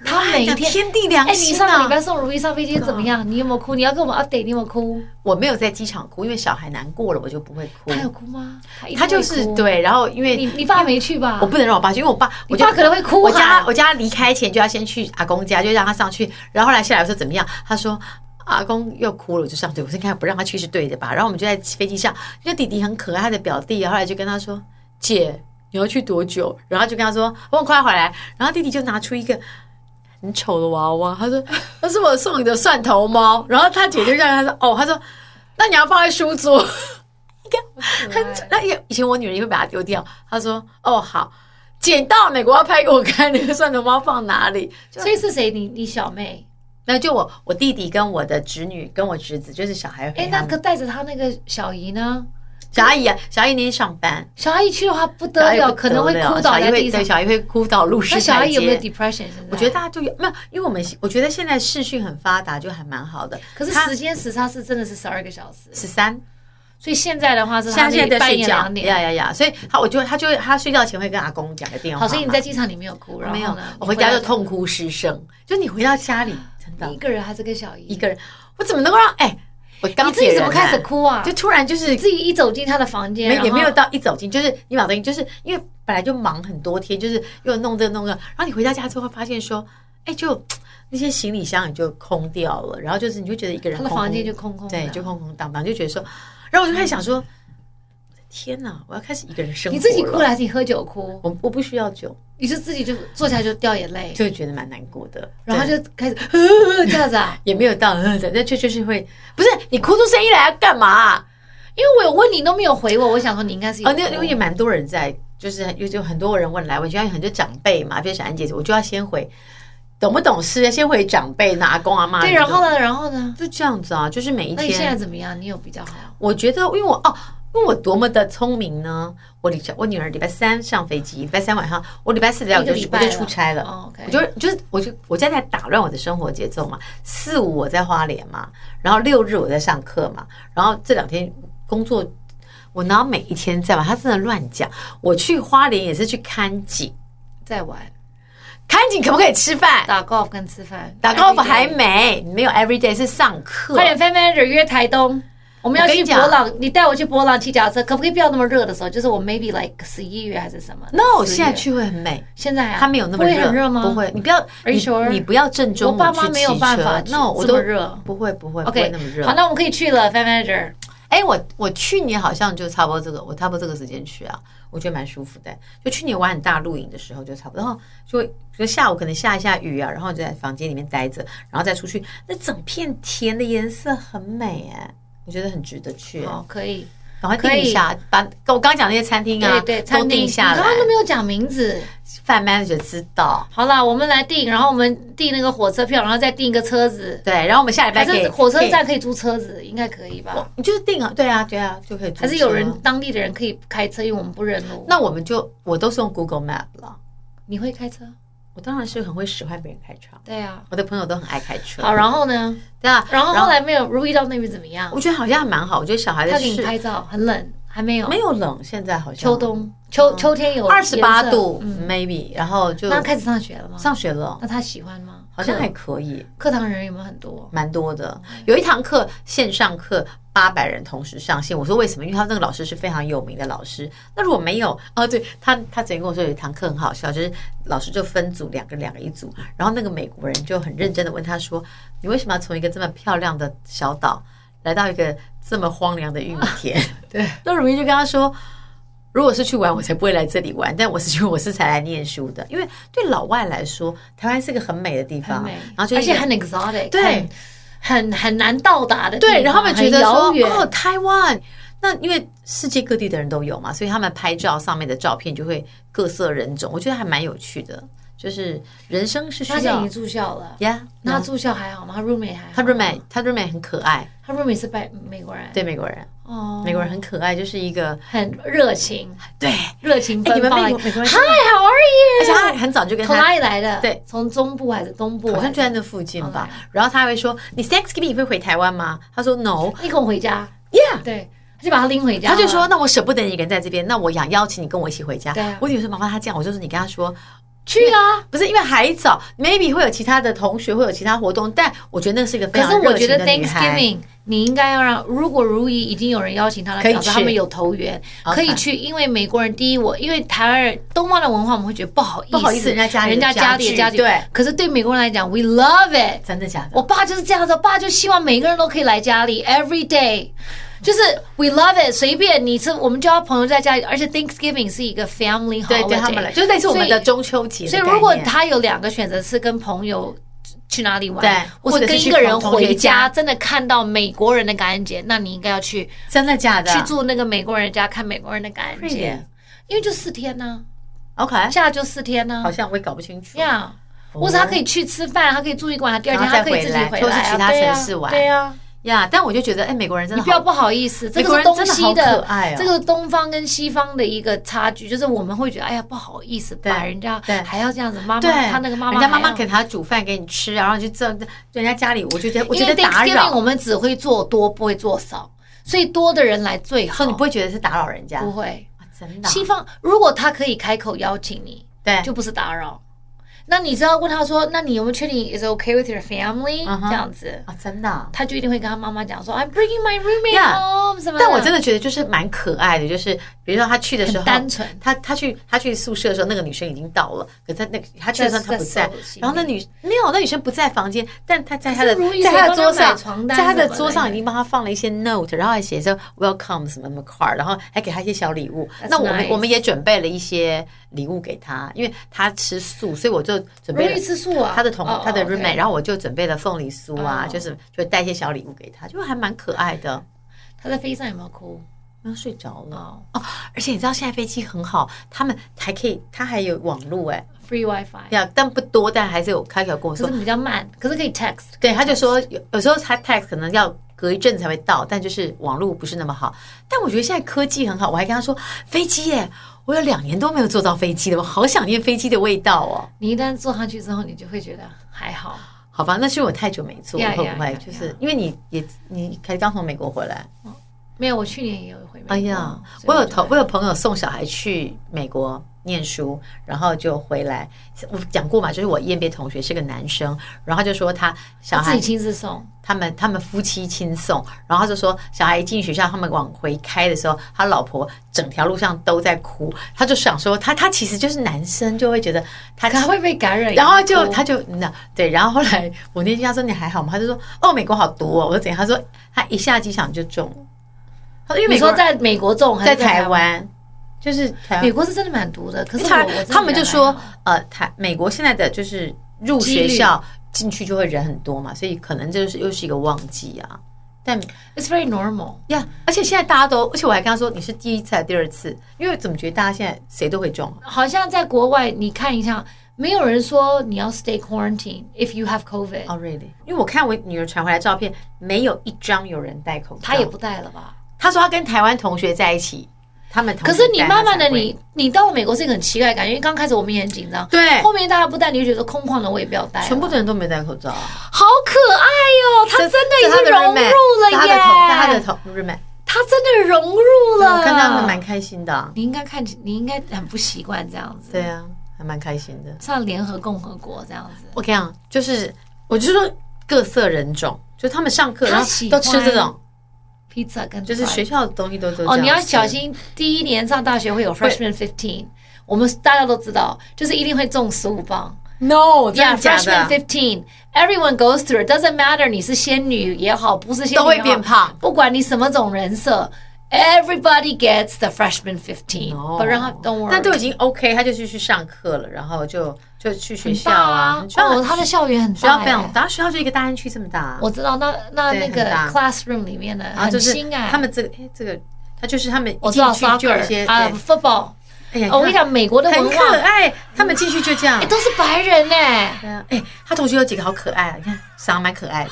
Speaker 2: 他每
Speaker 1: 讲
Speaker 2: 天。
Speaker 1: 天地良
Speaker 2: 哎、你
Speaker 1: 心
Speaker 2: 上个
Speaker 1: 啊
Speaker 2: 礼！拜送如意上飞机怎么样？你有没有哭？你要跟我们 update，你有没有哭？
Speaker 1: 我没有在机场哭，因为小孩难过了，我就不会哭
Speaker 2: 他。有哭吗？他一定
Speaker 1: 他就
Speaker 2: 会
Speaker 1: 是
Speaker 2: 哭。
Speaker 1: 对，然后因为
Speaker 2: 你你爸没去吧？
Speaker 1: 我不能让我爸去，因为我爸，我
Speaker 2: 啊你
Speaker 1: 家
Speaker 2: 爸可能会哭啊
Speaker 1: 我家
Speaker 2: 喊
Speaker 1: 我家离开前就要先去阿公家，就让他上去。然后后来下来我说怎么样？他说啊阿公又哭了，我就上去。我说应该不让他去是对的吧？然后我们就在飞机上，就弟弟很可爱他的表弟，后来就跟他说姐你要去多久？然后就跟他说我很快回来。然后弟弟就拿出一个。很丑的娃娃，他说：“ (laughs) 那是我送你的蒜头猫。”然后他姐就让他说：“哦，他说，那你要放在书桌。”
Speaker 2: 可爱
Speaker 1: 很丑那也以前我女儿也会把它丢掉。她说：“哦，好，捡到美国要拍给我看，那个蒜头猫放哪里？”就
Speaker 2: 所以是谁？你你小妹？
Speaker 1: 那就我我弟弟跟我的侄女跟我侄子，就是小孩
Speaker 2: 哎、
Speaker 1: 陪他
Speaker 2: 那
Speaker 1: 们。
Speaker 2: 可带着他那个小姨呢？
Speaker 1: 小阿姨啊，小阿姨那天上班，
Speaker 2: 小阿姨去的话不
Speaker 1: 小
Speaker 2: 得
Speaker 1: 阿姨不
Speaker 2: 了，可能会哭
Speaker 1: 小
Speaker 2: 倒
Speaker 1: 阿姨
Speaker 2: 在
Speaker 1: 会
Speaker 2: 地上
Speaker 1: 对，。小阿姨会哭倒路上。
Speaker 2: 那小阿姨有没有 depression？现在
Speaker 1: 我觉得大家就有没有，因为我们我觉得现在视讯很发达，就还蛮好的。
Speaker 2: 可是时间时差是真的是十二个小时，
Speaker 1: 十三，
Speaker 2: 所以现在的话是
Speaker 1: 现
Speaker 2: 他
Speaker 1: 在现在在
Speaker 2: 半
Speaker 1: 睡
Speaker 2: 夜
Speaker 1: 觉
Speaker 2: 两，点。
Speaker 1: 呀呀呀！所以他我就他就他睡觉前会跟阿公讲个电话嘛。
Speaker 2: 好，所以你在机场里没有哭，然
Speaker 1: 没
Speaker 2: 后
Speaker 1: 有
Speaker 2: 呢？，
Speaker 1: 我回家
Speaker 2: 你
Speaker 1: 就
Speaker 2: 来
Speaker 1: 痛哭失声。就你回到家里，真的
Speaker 2: 你一个人还是跟小姨
Speaker 1: 一个人，我怎么能够让哎、我
Speaker 2: 你
Speaker 1: 钢
Speaker 2: 自
Speaker 1: 铁
Speaker 2: 己
Speaker 1: 人、
Speaker 2: 怎么开始？哭啊？
Speaker 1: 就突然就是
Speaker 2: 自己一走进他的房间，
Speaker 1: 没
Speaker 2: 然后
Speaker 1: 也没有到一走进，就是你把东西，就是因为本来就忙很多天，就是又弄这个弄那个，然后你回到家之后发现说，哎、就那些行李箱也就空掉了，然后就是你就觉得一个人
Speaker 2: 他的
Speaker 1: 空空嗯
Speaker 2: 房间就空空的。
Speaker 1: 对，就空空荡荡，就觉得说，然后我就开始想说，天哪，我要开始一个人生活
Speaker 2: 你自己哭
Speaker 1: 了
Speaker 2: 了，还是你喝酒哭？
Speaker 1: 我我不需要酒，
Speaker 2: 你就自己就坐下来就掉眼泪，
Speaker 1: 就会觉得蛮难过的，
Speaker 2: 然后
Speaker 1: 对
Speaker 2: 就开始呃这样子啊。
Speaker 1: 也没有到，呃但就就是会，不是你哭出声音来要干嘛啊、
Speaker 2: 因为我有问你都没有回我，我想说你应该是有
Speaker 1: 哦，那因
Speaker 2: 哭
Speaker 1: 为也蛮多人在，就是有就很多人问来问去，还有很多长辈嘛，比如小安姐姐，我就要先回懂不懂事，先回长辈、那阿公阿妈。
Speaker 2: 对，然后呢，然后呢？
Speaker 1: 就这样子啊，就是每一
Speaker 2: 那你现在
Speaker 1: 天，
Speaker 2: 怎么样？你有比较好？
Speaker 1: 我觉得，因为我哦，因为我多么的聪明呢！我礼我女儿礼拜三上飞机，礼拜三晚上，我礼拜四礼拜五
Speaker 2: 一个
Speaker 1: 就
Speaker 2: 礼
Speaker 1: 去
Speaker 2: 拜
Speaker 1: 我就
Speaker 2: 了
Speaker 1: 出差了。
Speaker 2: 哦，OK
Speaker 1: 我就是就是我就我现在在打乱我的生活节奏嘛，四五我在花莲嘛，然后六日我在上课嘛，然后这两天工作。我哪有每一天在玩？他真的乱讲。我去花莲也是去看景，
Speaker 2: 在玩
Speaker 1: 看景可不可以吃饭？
Speaker 2: 打 golf 跟吃饭，
Speaker 1: 打 golf 还
Speaker 2: Everyday
Speaker 1: 没，没有 every day 是上课。
Speaker 2: 快点 f a manager 约台东。我们要
Speaker 1: 我跟
Speaker 2: 去
Speaker 1: 你讲
Speaker 2: 博朗，你带我去博朗骑脚踏车，可不可以不要那么热的时候？就是我 maybe like 十一月还是什么
Speaker 1: No，
Speaker 2: 10月
Speaker 1: 现在去会很美，
Speaker 2: 现在啊
Speaker 1: 它没有那么
Speaker 2: 不会
Speaker 1: 热，
Speaker 2: 很热吗？
Speaker 1: 不会，你不要，
Speaker 2: Are you
Speaker 1: 你
Speaker 2: sure？
Speaker 1: 你不要正中午
Speaker 2: 我爸妈
Speaker 1: 去
Speaker 2: 没有
Speaker 1: 骑
Speaker 2: 办
Speaker 1: 车
Speaker 2: 法
Speaker 1: ，No，我
Speaker 2: 这
Speaker 1: 都
Speaker 2: 么热
Speaker 1: 不会不会不会
Speaker 2: ，OK，
Speaker 1: 那么热
Speaker 2: 好，。那我们可以去了 f a manager。
Speaker 1: 哎，我我去年好像就差不多这个，我差不多这个时间去啊，我觉得蛮舒服的。就去年玩很大露营的时候就差不多，然后就就下午可能下一下雨啊，然后就在房间里面待着，然后再出去，那整片田的颜色很美哎、我觉得很值得去、
Speaker 2: 好，哦可以。
Speaker 1: 赶快定一下，把我刚刚讲那些餐厅啊，
Speaker 2: 对对，餐
Speaker 1: 都
Speaker 2: 厅
Speaker 1: 定下
Speaker 2: 你
Speaker 1: 来
Speaker 2: 刚，刚都没有讲名字。
Speaker 1: 饭 manager 知道。
Speaker 2: 好啦，我们来订，然后我们订那个火车票，然后再订一个车子。
Speaker 1: 对，然后我们下礼拜
Speaker 2: 还
Speaker 1: 可以
Speaker 2: 是火车
Speaker 1: 可以
Speaker 2: 站可以租车子，应该可以吧？
Speaker 1: 你就是定啊，对啊，对啊，就可以。
Speaker 2: 还是有人？当地的人可以开车，因为我们不认路。
Speaker 1: 那我们就我都是用 Google Map 了，
Speaker 2: 你会开车？
Speaker 1: 我当然是很会使唤别人开车，
Speaker 2: 对啊。
Speaker 1: 我的朋友都很爱开车。
Speaker 2: 好，然后呢？
Speaker 1: 对啊，
Speaker 2: 然后后来没有，如意到那边怎么样？
Speaker 1: 我觉得好像还蛮好，我觉得小孩
Speaker 2: 他
Speaker 1: 的
Speaker 2: 给你
Speaker 1: 事
Speaker 2: 拍照，很冷，还没有。嗯
Speaker 1: 没有冷，现在好像
Speaker 2: 秋冬，秋秋天有
Speaker 1: 二十八
Speaker 2: 颜色
Speaker 1: 度
Speaker 2: 嗯，
Speaker 1: maybe，然后就
Speaker 2: 那开始上学了吗？
Speaker 1: 上学了，
Speaker 2: 那他喜欢吗？
Speaker 1: 好像
Speaker 2: 课
Speaker 1: 还可以，
Speaker 2: 课堂人有没有很多？
Speaker 1: 蛮多的。
Speaker 2: 嗯
Speaker 1: 有一堂课线上课。八百人同时上线，我说为什么？因为他那个老师是非常有名的老师。那如果没有哦，对他，他曾经跟我说有一堂课很好笑，就是老师就分组两个两个一组，然后那个美国人就很认真的问他说：“你为什么要从一个这么漂亮的小岛来到一个这么荒凉的玉米田？”
Speaker 2: (laughs) 对，
Speaker 1: 那如意就跟他说：“如果是去玩，我才不会来这里玩。但我是去，我是才来念书的。因为对老外来说，台湾是个很美的地
Speaker 2: 很
Speaker 1: 方，
Speaker 2: 美，
Speaker 1: 然后就是
Speaker 2: 嗯而
Speaker 1: 一
Speaker 2: 且
Speaker 1: 个
Speaker 2: 很 exotic，
Speaker 1: 对
Speaker 2: 很，很很难到达的地方，
Speaker 1: 对，然后他们觉得
Speaker 2: 很
Speaker 1: 说
Speaker 2: 遥远
Speaker 1: 哦，台湾，那因为世界各地的人都有嘛，所以他们拍照上面的照片就会各色人种，我觉得还蛮有趣的。就是人生是需
Speaker 2: 他现在已
Speaker 1: 要
Speaker 2: 经住校了，
Speaker 1: 呀，
Speaker 2: 那他
Speaker 1: 那
Speaker 2: 住校还好吗？他 roommate 还好吗
Speaker 1: 他 roommate 他 roommate 很可爱，
Speaker 2: 他 roommate 是白美国人，
Speaker 1: 对美国人，
Speaker 2: 哦，
Speaker 1: 美国人很可爱，就是一个
Speaker 2: 很热情，
Speaker 1: 对，
Speaker 2: 热情
Speaker 1: 哎，你
Speaker 2: 奔
Speaker 1: 们
Speaker 2: 放。
Speaker 1: 美
Speaker 2: like，
Speaker 1: 国美国人
Speaker 2: Hi, how
Speaker 1: 真的，而且他
Speaker 2: are you？
Speaker 1: 很早就跟
Speaker 2: 从
Speaker 1: 他
Speaker 2: 哪里来的？
Speaker 1: 对，
Speaker 2: 从中部还是东部？
Speaker 1: 好像
Speaker 2: 还
Speaker 1: 就是在那附近吧，然后他还会说：“你 Thanksgiving 会回台湾吗？”他说：“No。
Speaker 2: 一空回家。
Speaker 1: ”Yeah，
Speaker 2: 对，他就把他拎回家
Speaker 1: 他
Speaker 2: 了。
Speaker 1: 就说：“那我舍不得你一个人在这边，那我想邀请你跟我一起回家。
Speaker 2: 对啊
Speaker 1: 我女儿说：“妈妈，他这样，我就是你跟他说，
Speaker 2: 去啊。
Speaker 1: 不是因为还早，maybe 会有其他的同学，会有其他活动，但我觉得那是一个非
Speaker 2: 可
Speaker 1: 常
Speaker 2: 是我
Speaker 1: 热
Speaker 2: 觉
Speaker 1: 情
Speaker 2: 得
Speaker 1: 的女孩。
Speaker 2: Thanksgiving 你应该要让，如果如意已经有人邀请他了，
Speaker 1: 可以
Speaker 2: 表示
Speaker 1: 去
Speaker 2: 他们有投缘，
Speaker 1: OK
Speaker 2: 可以去。因为美国人第一，我因为台湾人东方的文化，我们会觉得不好意思，
Speaker 1: 不好意思人家家里
Speaker 2: 人
Speaker 1: 的
Speaker 2: 家家里的
Speaker 1: 家
Speaker 2: 家
Speaker 1: 具
Speaker 2: 具。
Speaker 1: 对，
Speaker 2: 可是对美国人来讲，we love it。
Speaker 1: 真的假的？
Speaker 2: 我爸就是这样子，我爸就希望每个人都可以来家里，every day。就是 we love it，随便你是我们交朋友在家里，而且 Thanksgiving 是一个 family holiday，
Speaker 1: 对对他们来，就是类似我们的
Speaker 2: 所以
Speaker 1: 中秋节的
Speaker 2: 所以
Speaker 1: 概念。
Speaker 2: 如果他有两个选择是跟朋友去哪里玩，
Speaker 1: 对
Speaker 2: 或
Speaker 1: 或者
Speaker 2: 是
Speaker 1: 是
Speaker 2: 跟
Speaker 1: 去
Speaker 2: 一个人回
Speaker 1: 同学家
Speaker 2: 家，真的看到美国人的感恩节，那你应该要去
Speaker 1: 真的假的
Speaker 2: 去住那个美国人家看美国人的感恩节
Speaker 1: Really？，
Speaker 2: 因为就四天呢、
Speaker 1: ，OK，
Speaker 2: 假就四天呢、
Speaker 1: 好像我也搞不清楚。
Speaker 2: 呀。或者他可以去吃饭，他可以住一晚，第二天
Speaker 1: 然后再
Speaker 2: 他可以自己
Speaker 1: 回来
Speaker 2: 回来，
Speaker 1: 或者去其他
Speaker 2: 对啊
Speaker 1: 城市玩
Speaker 2: 对啊，
Speaker 1: 呀，但我就觉得，哎，美国人真
Speaker 2: 你
Speaker 1: 的
Speaker 2: 不要
Speaker 1: 好，
Speaker 2: 不好意思，这
Speaker 1: 美国
Speaker 2: 个是
Speaker 1: 人
Speaker 2: 东
Speaker 1: 真的
Speaker 2: 西
Speaker 1: 好可
Speaker 2: 的
Speaker 1: 爱哦，
Speaker 2: 这个东方跟西方的一个差距，就是我们会觉得，哎呀，不好意思，
Speaker 1: 对
Speaker 2: 把人家
Speaker 1: 对
Speaker 2: 还要这样子，妈妈
Speaker 1: 对，
Speaker 2: 他那个妈妈
Speaker 1: 人
Speaker 2: 啊还
Speaker 1: 家
Speaker 2: 要，
Speaker 1: 妈妈给他煮饭给你吃，然后就这人家家里，我就觉得我
Speaker 2: 因
Speaker 1: 觉
Speaker 2: 为
Speaker 1: 得打
Speaker 2: Thanksgiving 我
Speaker 1: 扰，
Speaker 2: 们只会做多，不会做少，所以多的人来最好。
Speaker 1: 所以你不会觉得是打扰人家
Speaker 2: 不，会？
Speaker 1: 哇真的啊
Speaker 2: 西方如果他可以开口邀请你，
Speaker 1: 对，啊
Speaker 2: 就不是打扰。那你知道问他说，那你有没有确定 is okay with your family、
Speaker 1: 嗯哼
Speaker 2: 这样子？
Speaker 1: 啊真的啊。
Speaker 2: 他就一定会跟他妈妈讲说，I'm bringing my roommate
Speaker 1: Yeah，
Speaker 2: home 什么的。
Speaker 1: 但我真的觉得就是蛮可爱的，就是比如说他去的时候
Speaker 2: 嗯很单纯
Speaker 1: 他他去他去宿舍的时候，那个女生已经到了，可他那个他去的时候他
Speaker 2: 在
Speaker 1: 不在
Speaker 2: 在手心，里
Speaker 1: 然后那女没有那女生不在房间，但他在他的
Speaker 2: 可是如意
Speaker 1: 在
Speaker 2: 谁
Speaker 1: 他的
Speaker 2: 帮她
Speaker 1: 桌上
Speaker 2: 买床，单
Speaker 1: 在他的
Speaker 2: 什么的
Speaker 1: 桌上已经帮他放了一些 note，然后还写着 welcome 什么什么 card，然后还给他一些小礼物。
Speaker 2: That's
Speaker 1: 那我们
Speaker 2: nice
Speaker 1: 我们也准备了一些礼物给他，因为他吃素，所以我就准
Speaker 2: 如
Speaker 1: 备了
Speaker 2: 意。吃素啊，
Speaker 1: 他的同
Speaker 2: 哦
Speaker 1: 他的
Speaker 2: 哦，OK
Speaker 1: roommate，然后我就准备了凤梨酥啊，
Speaker 2: 哦
Speaker 1: 就是就带一些小礼物给他，就还蛮可爱的。
Speaker 2: 他在飞机上有没有哭？
Speaker 1: 没有睡着了
Speaker 2: 哦
Speaker 1: 哦。而且你知道现在飞机很好，他们还可以，它还有网络哎，
Speaker 2: ，free WiFi，
Speaker 1: 呀，但不多，但还是有开口跟我
Speaker 2: 可
Speaker 1: 说
Speaker 2: 是，比较慢，可是可以 text。
Speaker 1: 对，他就说有有时候他 text 可能要隔一阵才会到，但就是网络不是那么好。但我觉得现在科技很好，我还跟他说飞机耶，我有两年都没有坐到飞机了，我好想念飞机的味道哦。
Speaker 2: 你一旦坐上去之后，你就会觉得还好。
Speaker 1: 好吧，那是我太久没坐了，
Speaker 2: 呀
Speaker 1: 会
Speaker 2: 呀
Speaker 1: 不会
Speaker 2: 呀
Speaker 1: 就是
Speaker 2: 呀
Speaker 1: 因为你也你才刚从美国回来？
Speaker 2: 没有，我去年也有回美国。
Speaker 1: 哎呀，
Speaker 2: 所
Speaker 1: 我
Speaker 2: 以
Speaker 1: 有
Speaker 2: 就
Speaker 1: 同我有朋友送小孩去美国念书，然后就回来。我讲过嘛，就是我燕边同学是个男生，然后他就说他小
Speaker 2: 我自
Speaker 1: 孩
Speaker 2: 己亲自送，
Speaker 1: 他们他们夫妻亲送，然后他就说小孩一进学校，他们往回开的时候，他老婆整条路上都在哭，他就想说他他其实就是男生就会觉得他
Speaker 2: 可能会被感染。哦
Speaker 1: 然后就
Speaker 2: 哭
Speaker 1: 他就那对，然后后来我那天他说你还好吗？他就说哦，美国好毒哦，我说怎样？他说他一下机场就中了，他说因为美
Speaker 2: 你
Speaker 1: 国人
Speaker 2: 说在美国种还
Speaker 1: 啊在
Speaker 2: 是
Speaker 1: 台
Speaker 2: 台？
Speaker 1: 湾，就是台
Speaker 2: 美
Speaker 1: 湾，
Speaker 2: 国是真的蛮毒的，可是我
Speaker 1: 他
Speaker 2: 我真的
Speaker 1: 他们
Speaker 2: 觉
Speaker 1: 就
Speaker 2: 得
Speaker 1: 说
Speaker 2: 还好
Speaker 1: 呃，台美国现在的就是入
Speaker 2: 啊几
Speaker 1: 学
Speaker 2: 率
Speaker 1: 校进去就会人很多嘛，所以可能这就是又是一个旺季啊。但
Speaker 2: it's very normal。
Speaker 1: 呀而且现在大家都，而且我还跟他说你是第一次还是第二次，因为怎么觉得大家现在谁都会中啊？
Speaker 2: 好像在国外，你看一下，没有人说你要 stay quarantine if you have COVID，、
Speaker 1: 哦、r e a l l y 因为我看我女儿传回来照片，没有一张有人戴口罩。
Speaker 2: 他也不戴了吧？
Speaker 1: 他说他跟台湾同学在一起，他们同
Speaker 2: 可
Speaker 1: 学
Speaker 2: 是你
Speaker 1: 带他
Speaker 2: 慢慢的
Speaker 1: 才会
Speaker 2: 你，你到了美国是一个很奇怪的感觉，因为刚开始我们也很紧张，
Speaker 1: 对
Speaker 2: 后面大家不戴，你就觉得空旷的我也不要戴了，
Speaker 1: 全部的人都没戴口罩啊，
Speaker 2: 好可爱哟、他真的已
Speaker 1: 这
Speaker 2: 经
Speaker 1: 是
Speaker 2: 融
Speaker 1: 他
Speaker 2: 入
Speaker 1: 的 roommate，
Speaker 2: 了
Speaker 1: 这是他的
Speaker 2: 耶，
Speaker 1: 同他的同 roommate，
Speaker 2: 他真的融入了，
Speaker 1: 我看他们蛮，开心的啊，
Speaker 2: 你应该看起，你应该很不习惯这样子，
Speaker 1: 对，啊，还蛮开心的。
Speaker 2: 像联合共和国这样子，
Speaker 1: 我跟你讲，就是我就说各色人种，就他们上课
Speaker 2: 他
Speaker 1: 然后
Speaker 2: 喜
Speaker 1: 都
Speaker 2: 欢
Speaker 1: 吃这种，
Speaker 2: 披萨跟
Speaker 1: 就是
Speaker 2: fries
Speaker 1: 学校的东西都都
Speaker 2: 哦，
Speaker 1: 这样
Speaker 2: 你要
Speaker 1: 吃
Speaker 2: 小。心，第一年上大学会有 freshman fifteen，我们大家都知道，就是一定会中十五磅。
Speaker 1: No，真
Speaker 2: Yeah,
Speaker 1: 的假
Speaker 2: freshman
Speaker 1: 的？
Speaker 2: fifteen, everyone goes through. It doesn't matter 你是仙女也好，不是仙女也好
Speaker 1: 都会变胖
Speaker 2: 不管你什么种人设，everybody gets the freshman fifteen.
Speaker 1: No
Speaker 2: 不让他 don't worry，
Speaker 1: 但都已经 OK，他就是去上课了，然后就就去学校
Speaker 2: 大啊
Speaker 1: 很，棒
Speaker 2: 哦，他的校园很大、
Speaker 1: 学校非
Speaker 2: 哎
Speaker 1: 常大，学校就一个大安区这么大啊，
Speaker 2: 我知道，那那
Speaker 1: 对
Speaker 2: 那个
Speaker 1: 很大
Speaker 2: classroom 里面的
Speaker 1: 然后
Speaker 2: 很
Speaker 1: 就是
Speaker 2: 新哎、
Speaker 1: 他们这个哎这个，他就是他们一
Speaker 2: 我知
Speaker 1: 进
Speaker 2: 道
Speaker 1: 去就有一些
Speaker 2: soccer 啊、
Speaker 1: 对
Speaker 2: football，
Speaker 1: 哎呀
Speaker 2: 哦我跟你，讲，美国的
Speaker 1: 看
Speaker 2: 文
Speaker 1: 很
Speaker 2: 化
Speaker 1: 可爱，他们进去就这样
Speaker 2: 哎。都是白人哎、
Speaker 1: 对啊哎，他同学有几个好可爱啊，你看长得蛮可爱的，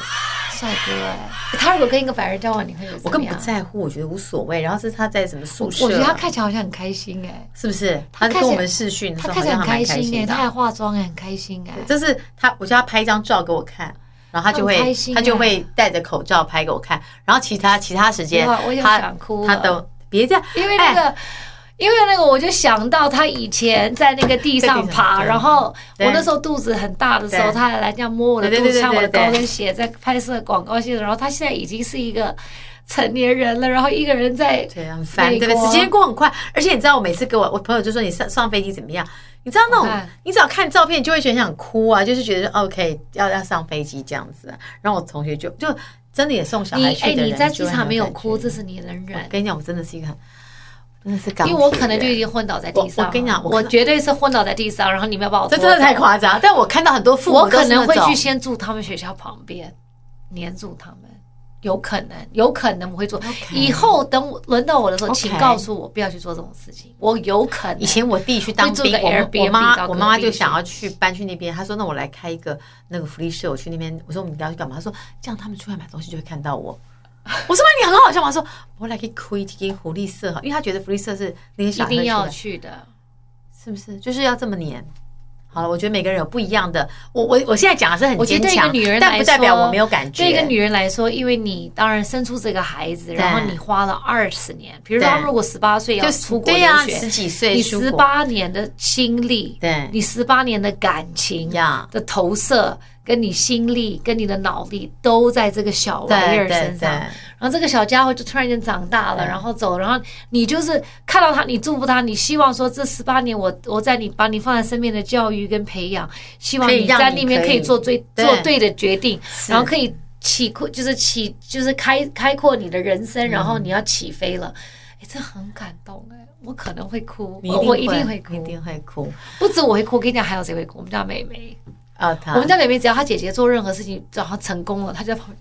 Speaker 2: 帅哥哎、他如果跟一个白人交往，你会有
Speaker 1: 我
Speaker 2: 怎
Speaker 1: 根本
Speaker 2: 么样
Speaker 1: 不在乎，我觉得无所谓。然后是他在什么宿舍，
Speaker 2: 我觉得他看起来好像很开心哎、
Speaker 1: 是不是？
Speaker 2: 他
Speaker 1: 他
Speaker 2: 看起来
Speaker 1: 跟我们视讯的时
Speaker 2: 他
Speaker 1: 候
Speaker 2: 看
Speaker 1: 嗯好
Speaker 2: 起来
Speaker 1: 像
Speaker 2: 很
Speaker 1: 还蛮
Speaker 2: 开
Speaker 1: 开
Speaker 2: 心哎、
Speaker 1: 心的
Speaker 2: 他
Speaker 1: 啊。
Speaker 2: 还化妆哎、很开心哎、
Speaker 1: 这是他，我叫他拍一张照给我看。然后他就会
Speaker 2: 他很开，心啊
Speaker 1: 他就会戴着口罩拍给我看。然后其他其他时间
Speaker 2: 哇我也，
Speaker 1: 他
Speaker 2: 想哭
Speaker 1: 他
Speaker 2: 了
Speaker 1: 都别这样，
Speaker 2: 因为那
Speaker 1: 哎
Speaker 2: 个。因为那个，我就想到他以前在那个地上爬，
Speaker 1: 在地上对
Speaker 2: 然后
Speaker 1: 对
Speaker 2: 我那时候肚子很大的时
Speaker 1: 对
Speaker 2: 候，他还来这样摸我的
Speaker 1: 对
Speaker 2: 肚
Speaker 1: 对
Speaker 2: 子，
Speaker 1: 对对
Speaker 2: 穿我的
Speaker 1: 对对
Speaker 2: 高跟鞋，在拍摄广告戏的时候。然后他现在已经是一个成年人了，然后一个人在
Speaker 1: 对，很烦，
Speaker 2: 美
Speaker 1: 对不对？
Speaker 2: 国
Speaker 1: 时间过很快，而且你知道，我每次给我我朋友就说你上上飞机怎么样？你知道那
Speaker 2: 怎么
Speaker 1: 种
Speaker 2: 办，
Speaker 1: 你只要看照片就会觉得想哭啊，就是觉得 OK 要要上飞机这样子、啊。然后我同学就就真的也送小
Speaker 2: 你哎
Speaker 1: 孩去的人
Speaker 2: 你在
Speaker 1: 就
Speaker 2: 机
Speaker 1: 会很
Speaker 2: 场没有
Speaker 1: 感觉
Speaker 2: 哭，这是你能忍
Speaker 1: 我。跟你讲，我真的是一个很真的是钢
Speaker 2: 因
Speaker 1: 铁人，
Speaker 2: 为我可能就已经昏倒在地
Speaker 1: 我
Speaker 2: 上了。
Speaker 1: 我跟你讲我
Speaker 2: 我
Speaker 1: 看到
Speaker 2: 绝对是昏倒在地上，然后你们要把我
Speaker 1: 这
Speaker 2: 拖走
Speaker 1: 真的太夸张。但我看到很多父母
Speaker 2: 我可能
Speaker 1: 都
Speaker 2: 会
Speaker 1: 是那
Speaker 2: 去
Speaker 1: 种
Speaker 2: 先住他们学校旁边，黏住他们，有可能，有可能我会做。以后等我轮到我的时候
Speaker 1: OK
Speaker 2: 请告诉我不要去做这种事情。我有可能
Speaker 1: 以前我弟去当
Speaker 2: 会住
Speaker 1: 兵
Speaker 2: 个，
Speaker 1: 我们
Speaker 2: Airbnb
Speaker 1: 我妈
Speaker 2: 到
Speaker 1: 我妈妈
Speaker 2: 隔壁
Speaker 1: 就
Speaker 2: 去
Speaker 1: 想要去搬去那边，她说那我来开一个那个福利社，我去那边，我说我们要去干嘛？她说这样他们出来买东西就会看到我。我说那你很好笑吗？她说我来可以哭一给福利社哈，因为她觉得福利社是那些小
Speaker 2: 一
Speaker 1: 孩会
Speaker 2: 定
Speaker 1: 出
Speaker 2: 要
Speaker 1: 来
Speaker 2: 去的。
Speaker 1: 是不是就是要这么黏？好了，我觉得每个人有不一样的，我我我现在讲的是很
Speaker 2: 我觉
Speaker 1: 坚
Speaker 2: 得对一
Speaker 1: 强
Speaker 2: 个女人，来
Speaker 1: 但
Speaker 2: 说，
Speaker 1: 不代表我没有感觉。
Speaker 2: 对一个女人来说，因为你当然生出这个孩子，然后你花了二十年，比如说
Speaker 1: 对
Speaker 2: 她如果十八岁要
Speaker 1: 就
Speaker 2: 出国
Speaker 1: 对
Speaker 2: 留
Speaker 1: 呀、
Speaker 2: 学，
Speaker 1: 十几岁
Speaker 2: 你
Speaker 1: 出
Speaker 2: 十
Speaker 1: 国
Speaker 2: 八年的经历，
Speaker 1: 对
Speaker 2: 你十八年的感情
Speaker 1: 呀
Speaker 2: 的投射，跟你心力、跟你的脑力都在这个小玩意
Speaker 1: 对
Speaker 2: 儿
Speaker 1: 对
Speaker 2: 身上。
Speaker 1: 对。
Speaker 2: 然后这个小家伙就突然间长大了，然后走，然后你就是看到他，你祝福他，你希望说这十八年我我在你把你放在身边的教育跟培养，希望
Speaker 1: 可以
Speaker 2: 你
Speaker 1: 让
Speaker 2: 在
Speaker 1: 你
Speaker 2: 里面
Speaker 1: 可
Speaker 2: 可
Speaker 1: 以
Speaker 2: 以做最
Speaker 1: 对
Speaker 2: 做对的决定，然后可以起阔，就是起就是开开阔你的人生，然后
Speaker 1: 嗯
Speaker 2: 你要起飞了，哎，这很感动哎，我可能会哭，
Speaker 1: 你
Speaker 2: 我我一定会
Speaker 1: 一
Speaker 2: 哭，
Speaker 1: 定会哭。
Speaker 2: 不止我会哭，我跟你讲还有谁会哭？我们家妹妹，
Speaker 1: 啊，他
Speaker 2: 我们家妹妹只要她姐姐做任何事情，只要她成功了，她就在旁边。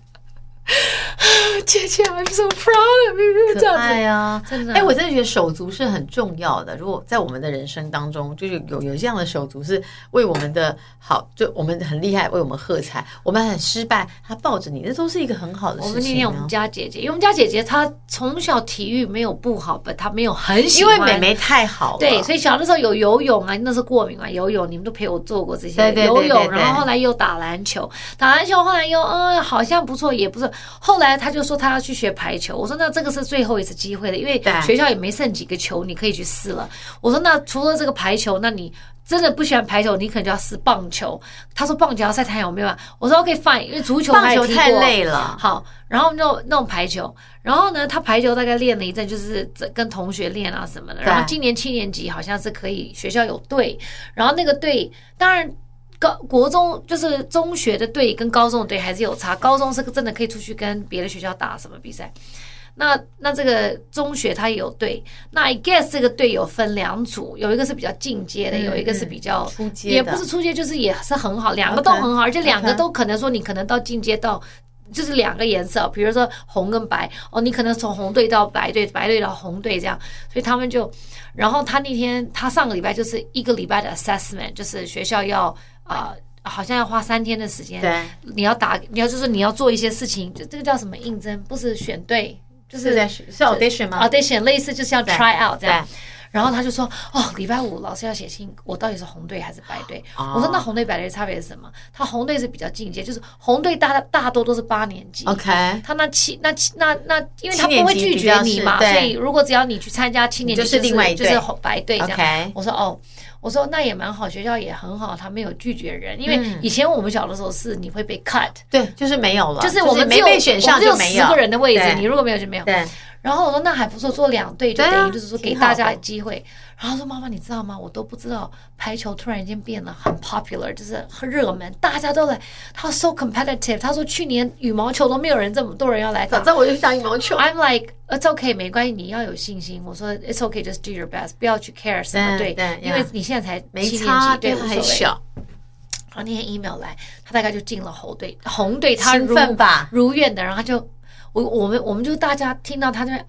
Speaker 2: (laughs) 姐姐，I'm so proud of you，这
Speaker 1: 可
Speaker 2: 样子
Speaker 1: 爱啊，
Speaker 2: 真的
Speaker 1: 哎、我真的觉得手足是很重要的。如果在我们的人生当中，就是有有这样的手足，是为我们的好，就我们很厉害，为我们喝彩；我们很失败，他抱着你，那都是一个很好的
Speaker 2: 我
Speaker 1: 事情啊、
Speaker 2: 们那天我们家姐姐，因为我们家姐姐她从小体育没有不好，但她没有很喜
Speaker 1: 因
Speaker 2: 欢。
Speaker 1: 为美眉太好了，
Speaker 2: 对，所以小那时候有游泳啊，那是过敏嘛，游泳你们都陪我做过这些
Speaker 1: 对对对
Speaker 2: 游泳，
Speaker 1: 对对
Speaker 2: 然后后来又打篮球，打篮球后来又嗯好像不错，也不是，后来他就说他要去学排球，我说那这个是最后一次机会了，因为
Speaker 1: 对
Speaker 2: 学校也没剩几个球你可以去试了，我说那除了这个排球，那你。真的不喜欢排球，你可能就要试棒球。他说棒球要晒太阳，我没办法。我说 OK fine，因为足球
Speaker 1: 棒
Speaker 2: 还
Speaker 1: 球
Speaker 2: 踢
Speaker 1: 太
Speaker 2: 过
Speaker 1: 累了，
Speaker 2: 好，然后弄弄排球，然后呢，他排球大概练了一阵，就是跟同学练啊什么的。
Speaker 1: 对
Speaker 2: 然后今年七年级好像是可以学校有队，然后那个队当然。高国中就是中学的队跟高中的队还是有差，高中是真的可以出去跟别的学校打什么比赛，那那这个中学它也有队，那 I guess 这个队有分两组，有一个是比较进阶的，
Speaker 1: 嗯
Speaker 2: 有一个是比较
Speaker 1: 出街的
Speaker 2: 也不是出街，就是也是很好，两个都
Speaker 1: OK，
Speaker 2: 很好，而且两个
Speaker 1: OK
Speaker 2: 都可能说你可能到进阶到。就是两个颜色，比如说红跟白哦，你可能从红队到白队，白队到红队这样，所以他们就，然后他那天他上个礼拜就是一个礼拜的 assessment，就是学校要啊、呃好像要花三天的时间，
Speaker 1: 对，
Speaker 2: 你要打，你要就是你要做一些事情，就这个叫什么应征，不是选队，就是是哦
Speaker 1: 在是 audition 吗？
Speaker 2: audition，类似就是要
Speaker 1: 嗯对
Speaker 2: try out 这样
Speaker 1: 对。
Speaker 2: 然后他就说：“哦，礼拜五老师要写信，我到底是红队还是白队？”
Speaker 1: 哦
Speaker 2: 我说：“那红队白队差别是什么？”他红队是比较进阶，就是红队大大多都是八年级。
Speaker 1: OK，
Speaker 2: 他那七那七那那，因为他
Speaker 1: 七年
Speaker 2: 不会
Speaker 1: 级
Speaker 2: 拒
Speaker 1: 比
Speaker 2: 绝
Speaker 1: 较
Speaker 2: 你
Speaker 1: 是
Speaker 2: 嘛，
Speaker 1: 对
Speaker 2: 所以如果只要你去参加七年级，
Speaker 1: 你就是另外一
Speaker 2: 就是
Speaker 1: 队
Speaker 2: 红白队这样。
Speaker 1: OK
Speaker 2: 我说哦，我说那也蛮好，学校也很好，他没有拒绝人，因为
Speaker 1: 嗯
Speaker 2: 以前我们小的时候是你会被 cut，
Speaker 1: 对，啊就是没有了，
Speaker 2: 就是我们只
Speaker 1: 没
Speaker 2: 有
Speaker 1: 被选上
Speaker 2: 我们
Speaker 1: 就
Speaker 2: 只
Speaker 1: 没有
Speaker 2: 有十个人的位置
Speaker 1: 对，
Speaker 2: 你如果没有就没有。
Speaker 1: 对，
Speaker 2: 然后我说那还不错，做两队就
Speaker 1: 对啊
Speaker 2: 等于就是说给
Speaker 1: 挺好
Speaker 2: 大
Speaker 1: 的
Speaker 2: 家机会。然后说妈妈，你知道吗？我都不知道排球突然间变得很 popular，就是很热门，大家都来。他说 so competitive，他说去年羽毛球都没有人这么多人要来打
Speaker 1: 早。知道我就去打羽毛球。
Speaker 2: I'm like it's okay，没关系，你要有信心。我说 it's okay，just do your best，不要去 care 什么
Speaker 1: 对对
Speaker 2: 因为
Speaker 1: yeah
Speaker 2: 你现在才
Speaker 1: 没
Speaker 2: 七年
Speaker 1: 差，
Speaker 2: 级，对，无所
Speaker 1: 还
Speaker 2: 谓。
Speaker 1: 小，
Speaker 2: 然后那天 email 来，他大概就进了红队，红队他
Speaker 1: 兴
Speaker 2: 如
Speaker 1: 奋吧？
Speaker 2: 如愿的，然后他就我我们我们就大家听到他就啊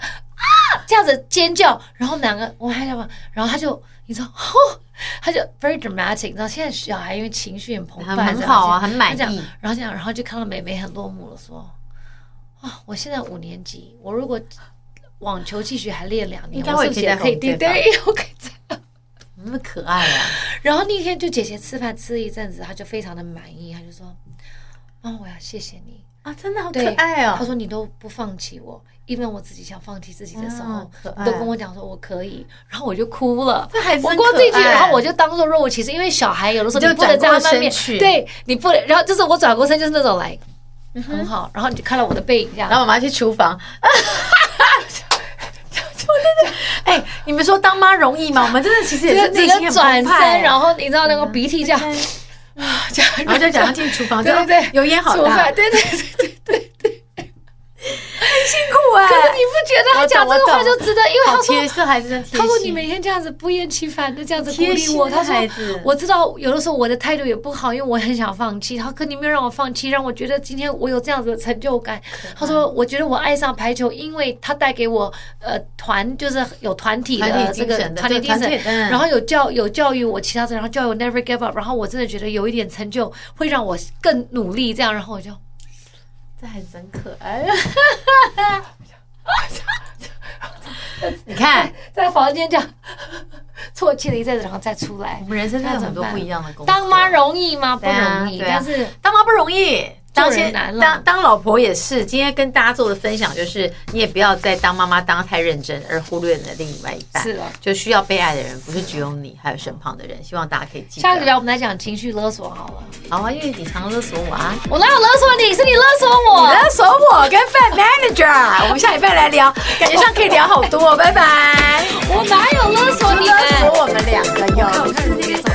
Speaker 2: 这样子尖叫，然后我们两个我们还想嘛，然后他就你知道， (laughs) 哦、他就 very dramatic，你知道现在小孩因为情绪很澎湃，
Speaker 1: 很很好啊，
Speaker 2: 这
Speaker 1: 很
Speaker 2: 样
Speaker 1: 满
Speaker 2: 他讲
Speaker 1: 意。
Speaker 2: 然后这样，然后就看到美美很落寞了，说啊，我现在五年级，我如果网球继续还练两年，
Speaker 1: 应该
Speaker 2: 我
Speaker 1: 会
Speaker 2: 是不是
Speaker 1: 接
Speaker 2: 也
Speaker 1: 在
Speaker 2: 可以
Speaker 1: 后
Speaker 2: 对
Speaker 1: 面吧
Speaker 2: 对， (laughs) 我可以这样
Speaker 1: 那么可爱啊！
Speaker 2: 然后那天就姐姐吃饭吃了一阵子，她就非常的满意，她就说：“妈，我要谢谢你。”
Speaker 1: 啊，真的好可
Speaker 2: 对，
Speaker 1: 爱
Speaker 2: 他
Speaker 1: 哦！
Speaker 2: 说你都不放弃我，因为我自己想放弃自己的时
Speaker 1: 啊
Speaker 2: 候，
Speaker 1: 可
Speaker 2: 你都
Speaker 1: 爱
Speaker 2: 跟我讲说我可以，然后我就哭了。
Speaker 1: 这孩子
Speaker 2: 我
Speaker 1: 真
Speaker 2: 光
Speaker 1: 可
Speaker 2: 这一句，
Speaker 1: 爱
Speaker 2: 然后我就当做若无其事，因为小孩有的时候
Speaker 1: 你就
Speaker 2: 不能在他
Speaker 1: 转过
Speaker 2: 那面
Speaker 1: 身去，
Speaker 2: 对你不能，然后就是我转过身就是那种来，很好，然后你就看到我的背影这样
Speaker 1: 然，后我妈去厨房，我真 (laughs) 的，哎，你们说当妈容易吗？我们真的其实也
Speaker 2: 就是是
Speaker 1: 内心
Speaker 2: 整个
Speaker 1: 很
Speaker 2: 转
Speaker 1: 澎
Speaker 2: 身，
Speaker 1: 湃，
Speaker 2: 然后你知道那个鼻涕这样，这样，
Speaker 1: 然后就讲哦要进厨 (laughs) 房，
Speaker 2: 对对对，
Speaker 1: 油烟好
Speaker 2: 煮
Speaker 1: 大
Speaker 2: 饭，对对对对对。
Speaker 1: 酷哎
Speaker 2: 可是你不觉得他
Speaker 1: 我懂
Speaker 2: 讲这个
Speaker 1: 我
Speaker 2: 话
Speaker 1: 懂
Speaker 2: 就值得？因为
Speaker 1: 好
Speaker 2: 他说
Speaker 1: 贴，这孩子真贴心。
Speaker 2: 他说你每天这样子不厌其烦的这样子鼓
Speaker 1: 贴
Speaker 2: 励
Speaker 1: 心
Speaker 2: 我，
Speaker 1: 的
Speaker 2: 他说
Speaker 1: 孩子
Speaker 2: 我知道有的时候我的态度也不好，因为我很想放弃，他可你没有让我放弃，让我觉得今天我有这样子的成就感。他说我觉得我爱上排球，因为他带给我呃团就是有团体
Speaker 1: 团
Speaker 2: 的
Speaker 1: 体
Speaker 2: 这
Speaker 1: 精
Speaker 2: 个
Speaker 1: 神的
Speaker 2: 团体
Speaker 1: 对
Speaker 2: 精
Speaker 1: 团
Speaker 2: 神
Speaker 1: 体，嗯
Speaker 2: 然后有教有教育我其他的，然后教育我 never give up，然后我真的觉得有一点成就会让我更努力这样，然后我就。
Speaker 1: 这孩子真可爱。 (laughs) 你看，
Speaker 2: 在房间这样 (laughs) 啜泣了一阵子，然后再出来
Speaker 1: 我。们人生真的有很多不一样的工作。
Speaker 2: 当妈容易吗？不
Speaker 1: 对啊
Speaker 2: 容易，
Speaker 1: 对啊
Speaker 2: 但是
Speaker 1: 当妈不容易，当
Speaker 2: 做
Speaker 1: 先
Speaker 2: 人难了
Speaker 1: 当当老婆也是。今天跟大家做的分享就是，你也不要再当妈妈当得太认真，而忽略你的另外一半。
Speaker 2: 是啊
Speaker 1: 就需要被爱的人不是只有你，还有身旁的人。希望大家可以记
Speaker 2: 下个礼
Speaker 1: 得。
Speaker 2: 拜我们来讲情绪勒索好了。
Speaker 1: 好啊，因为你常勒索我
Speaker 2: (laughs)
Speaker 1: 啊，
Speaker 2: 我哪有勒索你？是你勒索我。
Speaker 1: 勒索我跟 Fan Manager，我们下礼拜来聊，感觉上可以聊好多哦。拜拜，
Speaker 2: 我哪有勒索你们？
Speaker 1: 勒索我们两个
Speaker 2: 看
Speaker 1: 哟
Speaker 2: 我。看你这个。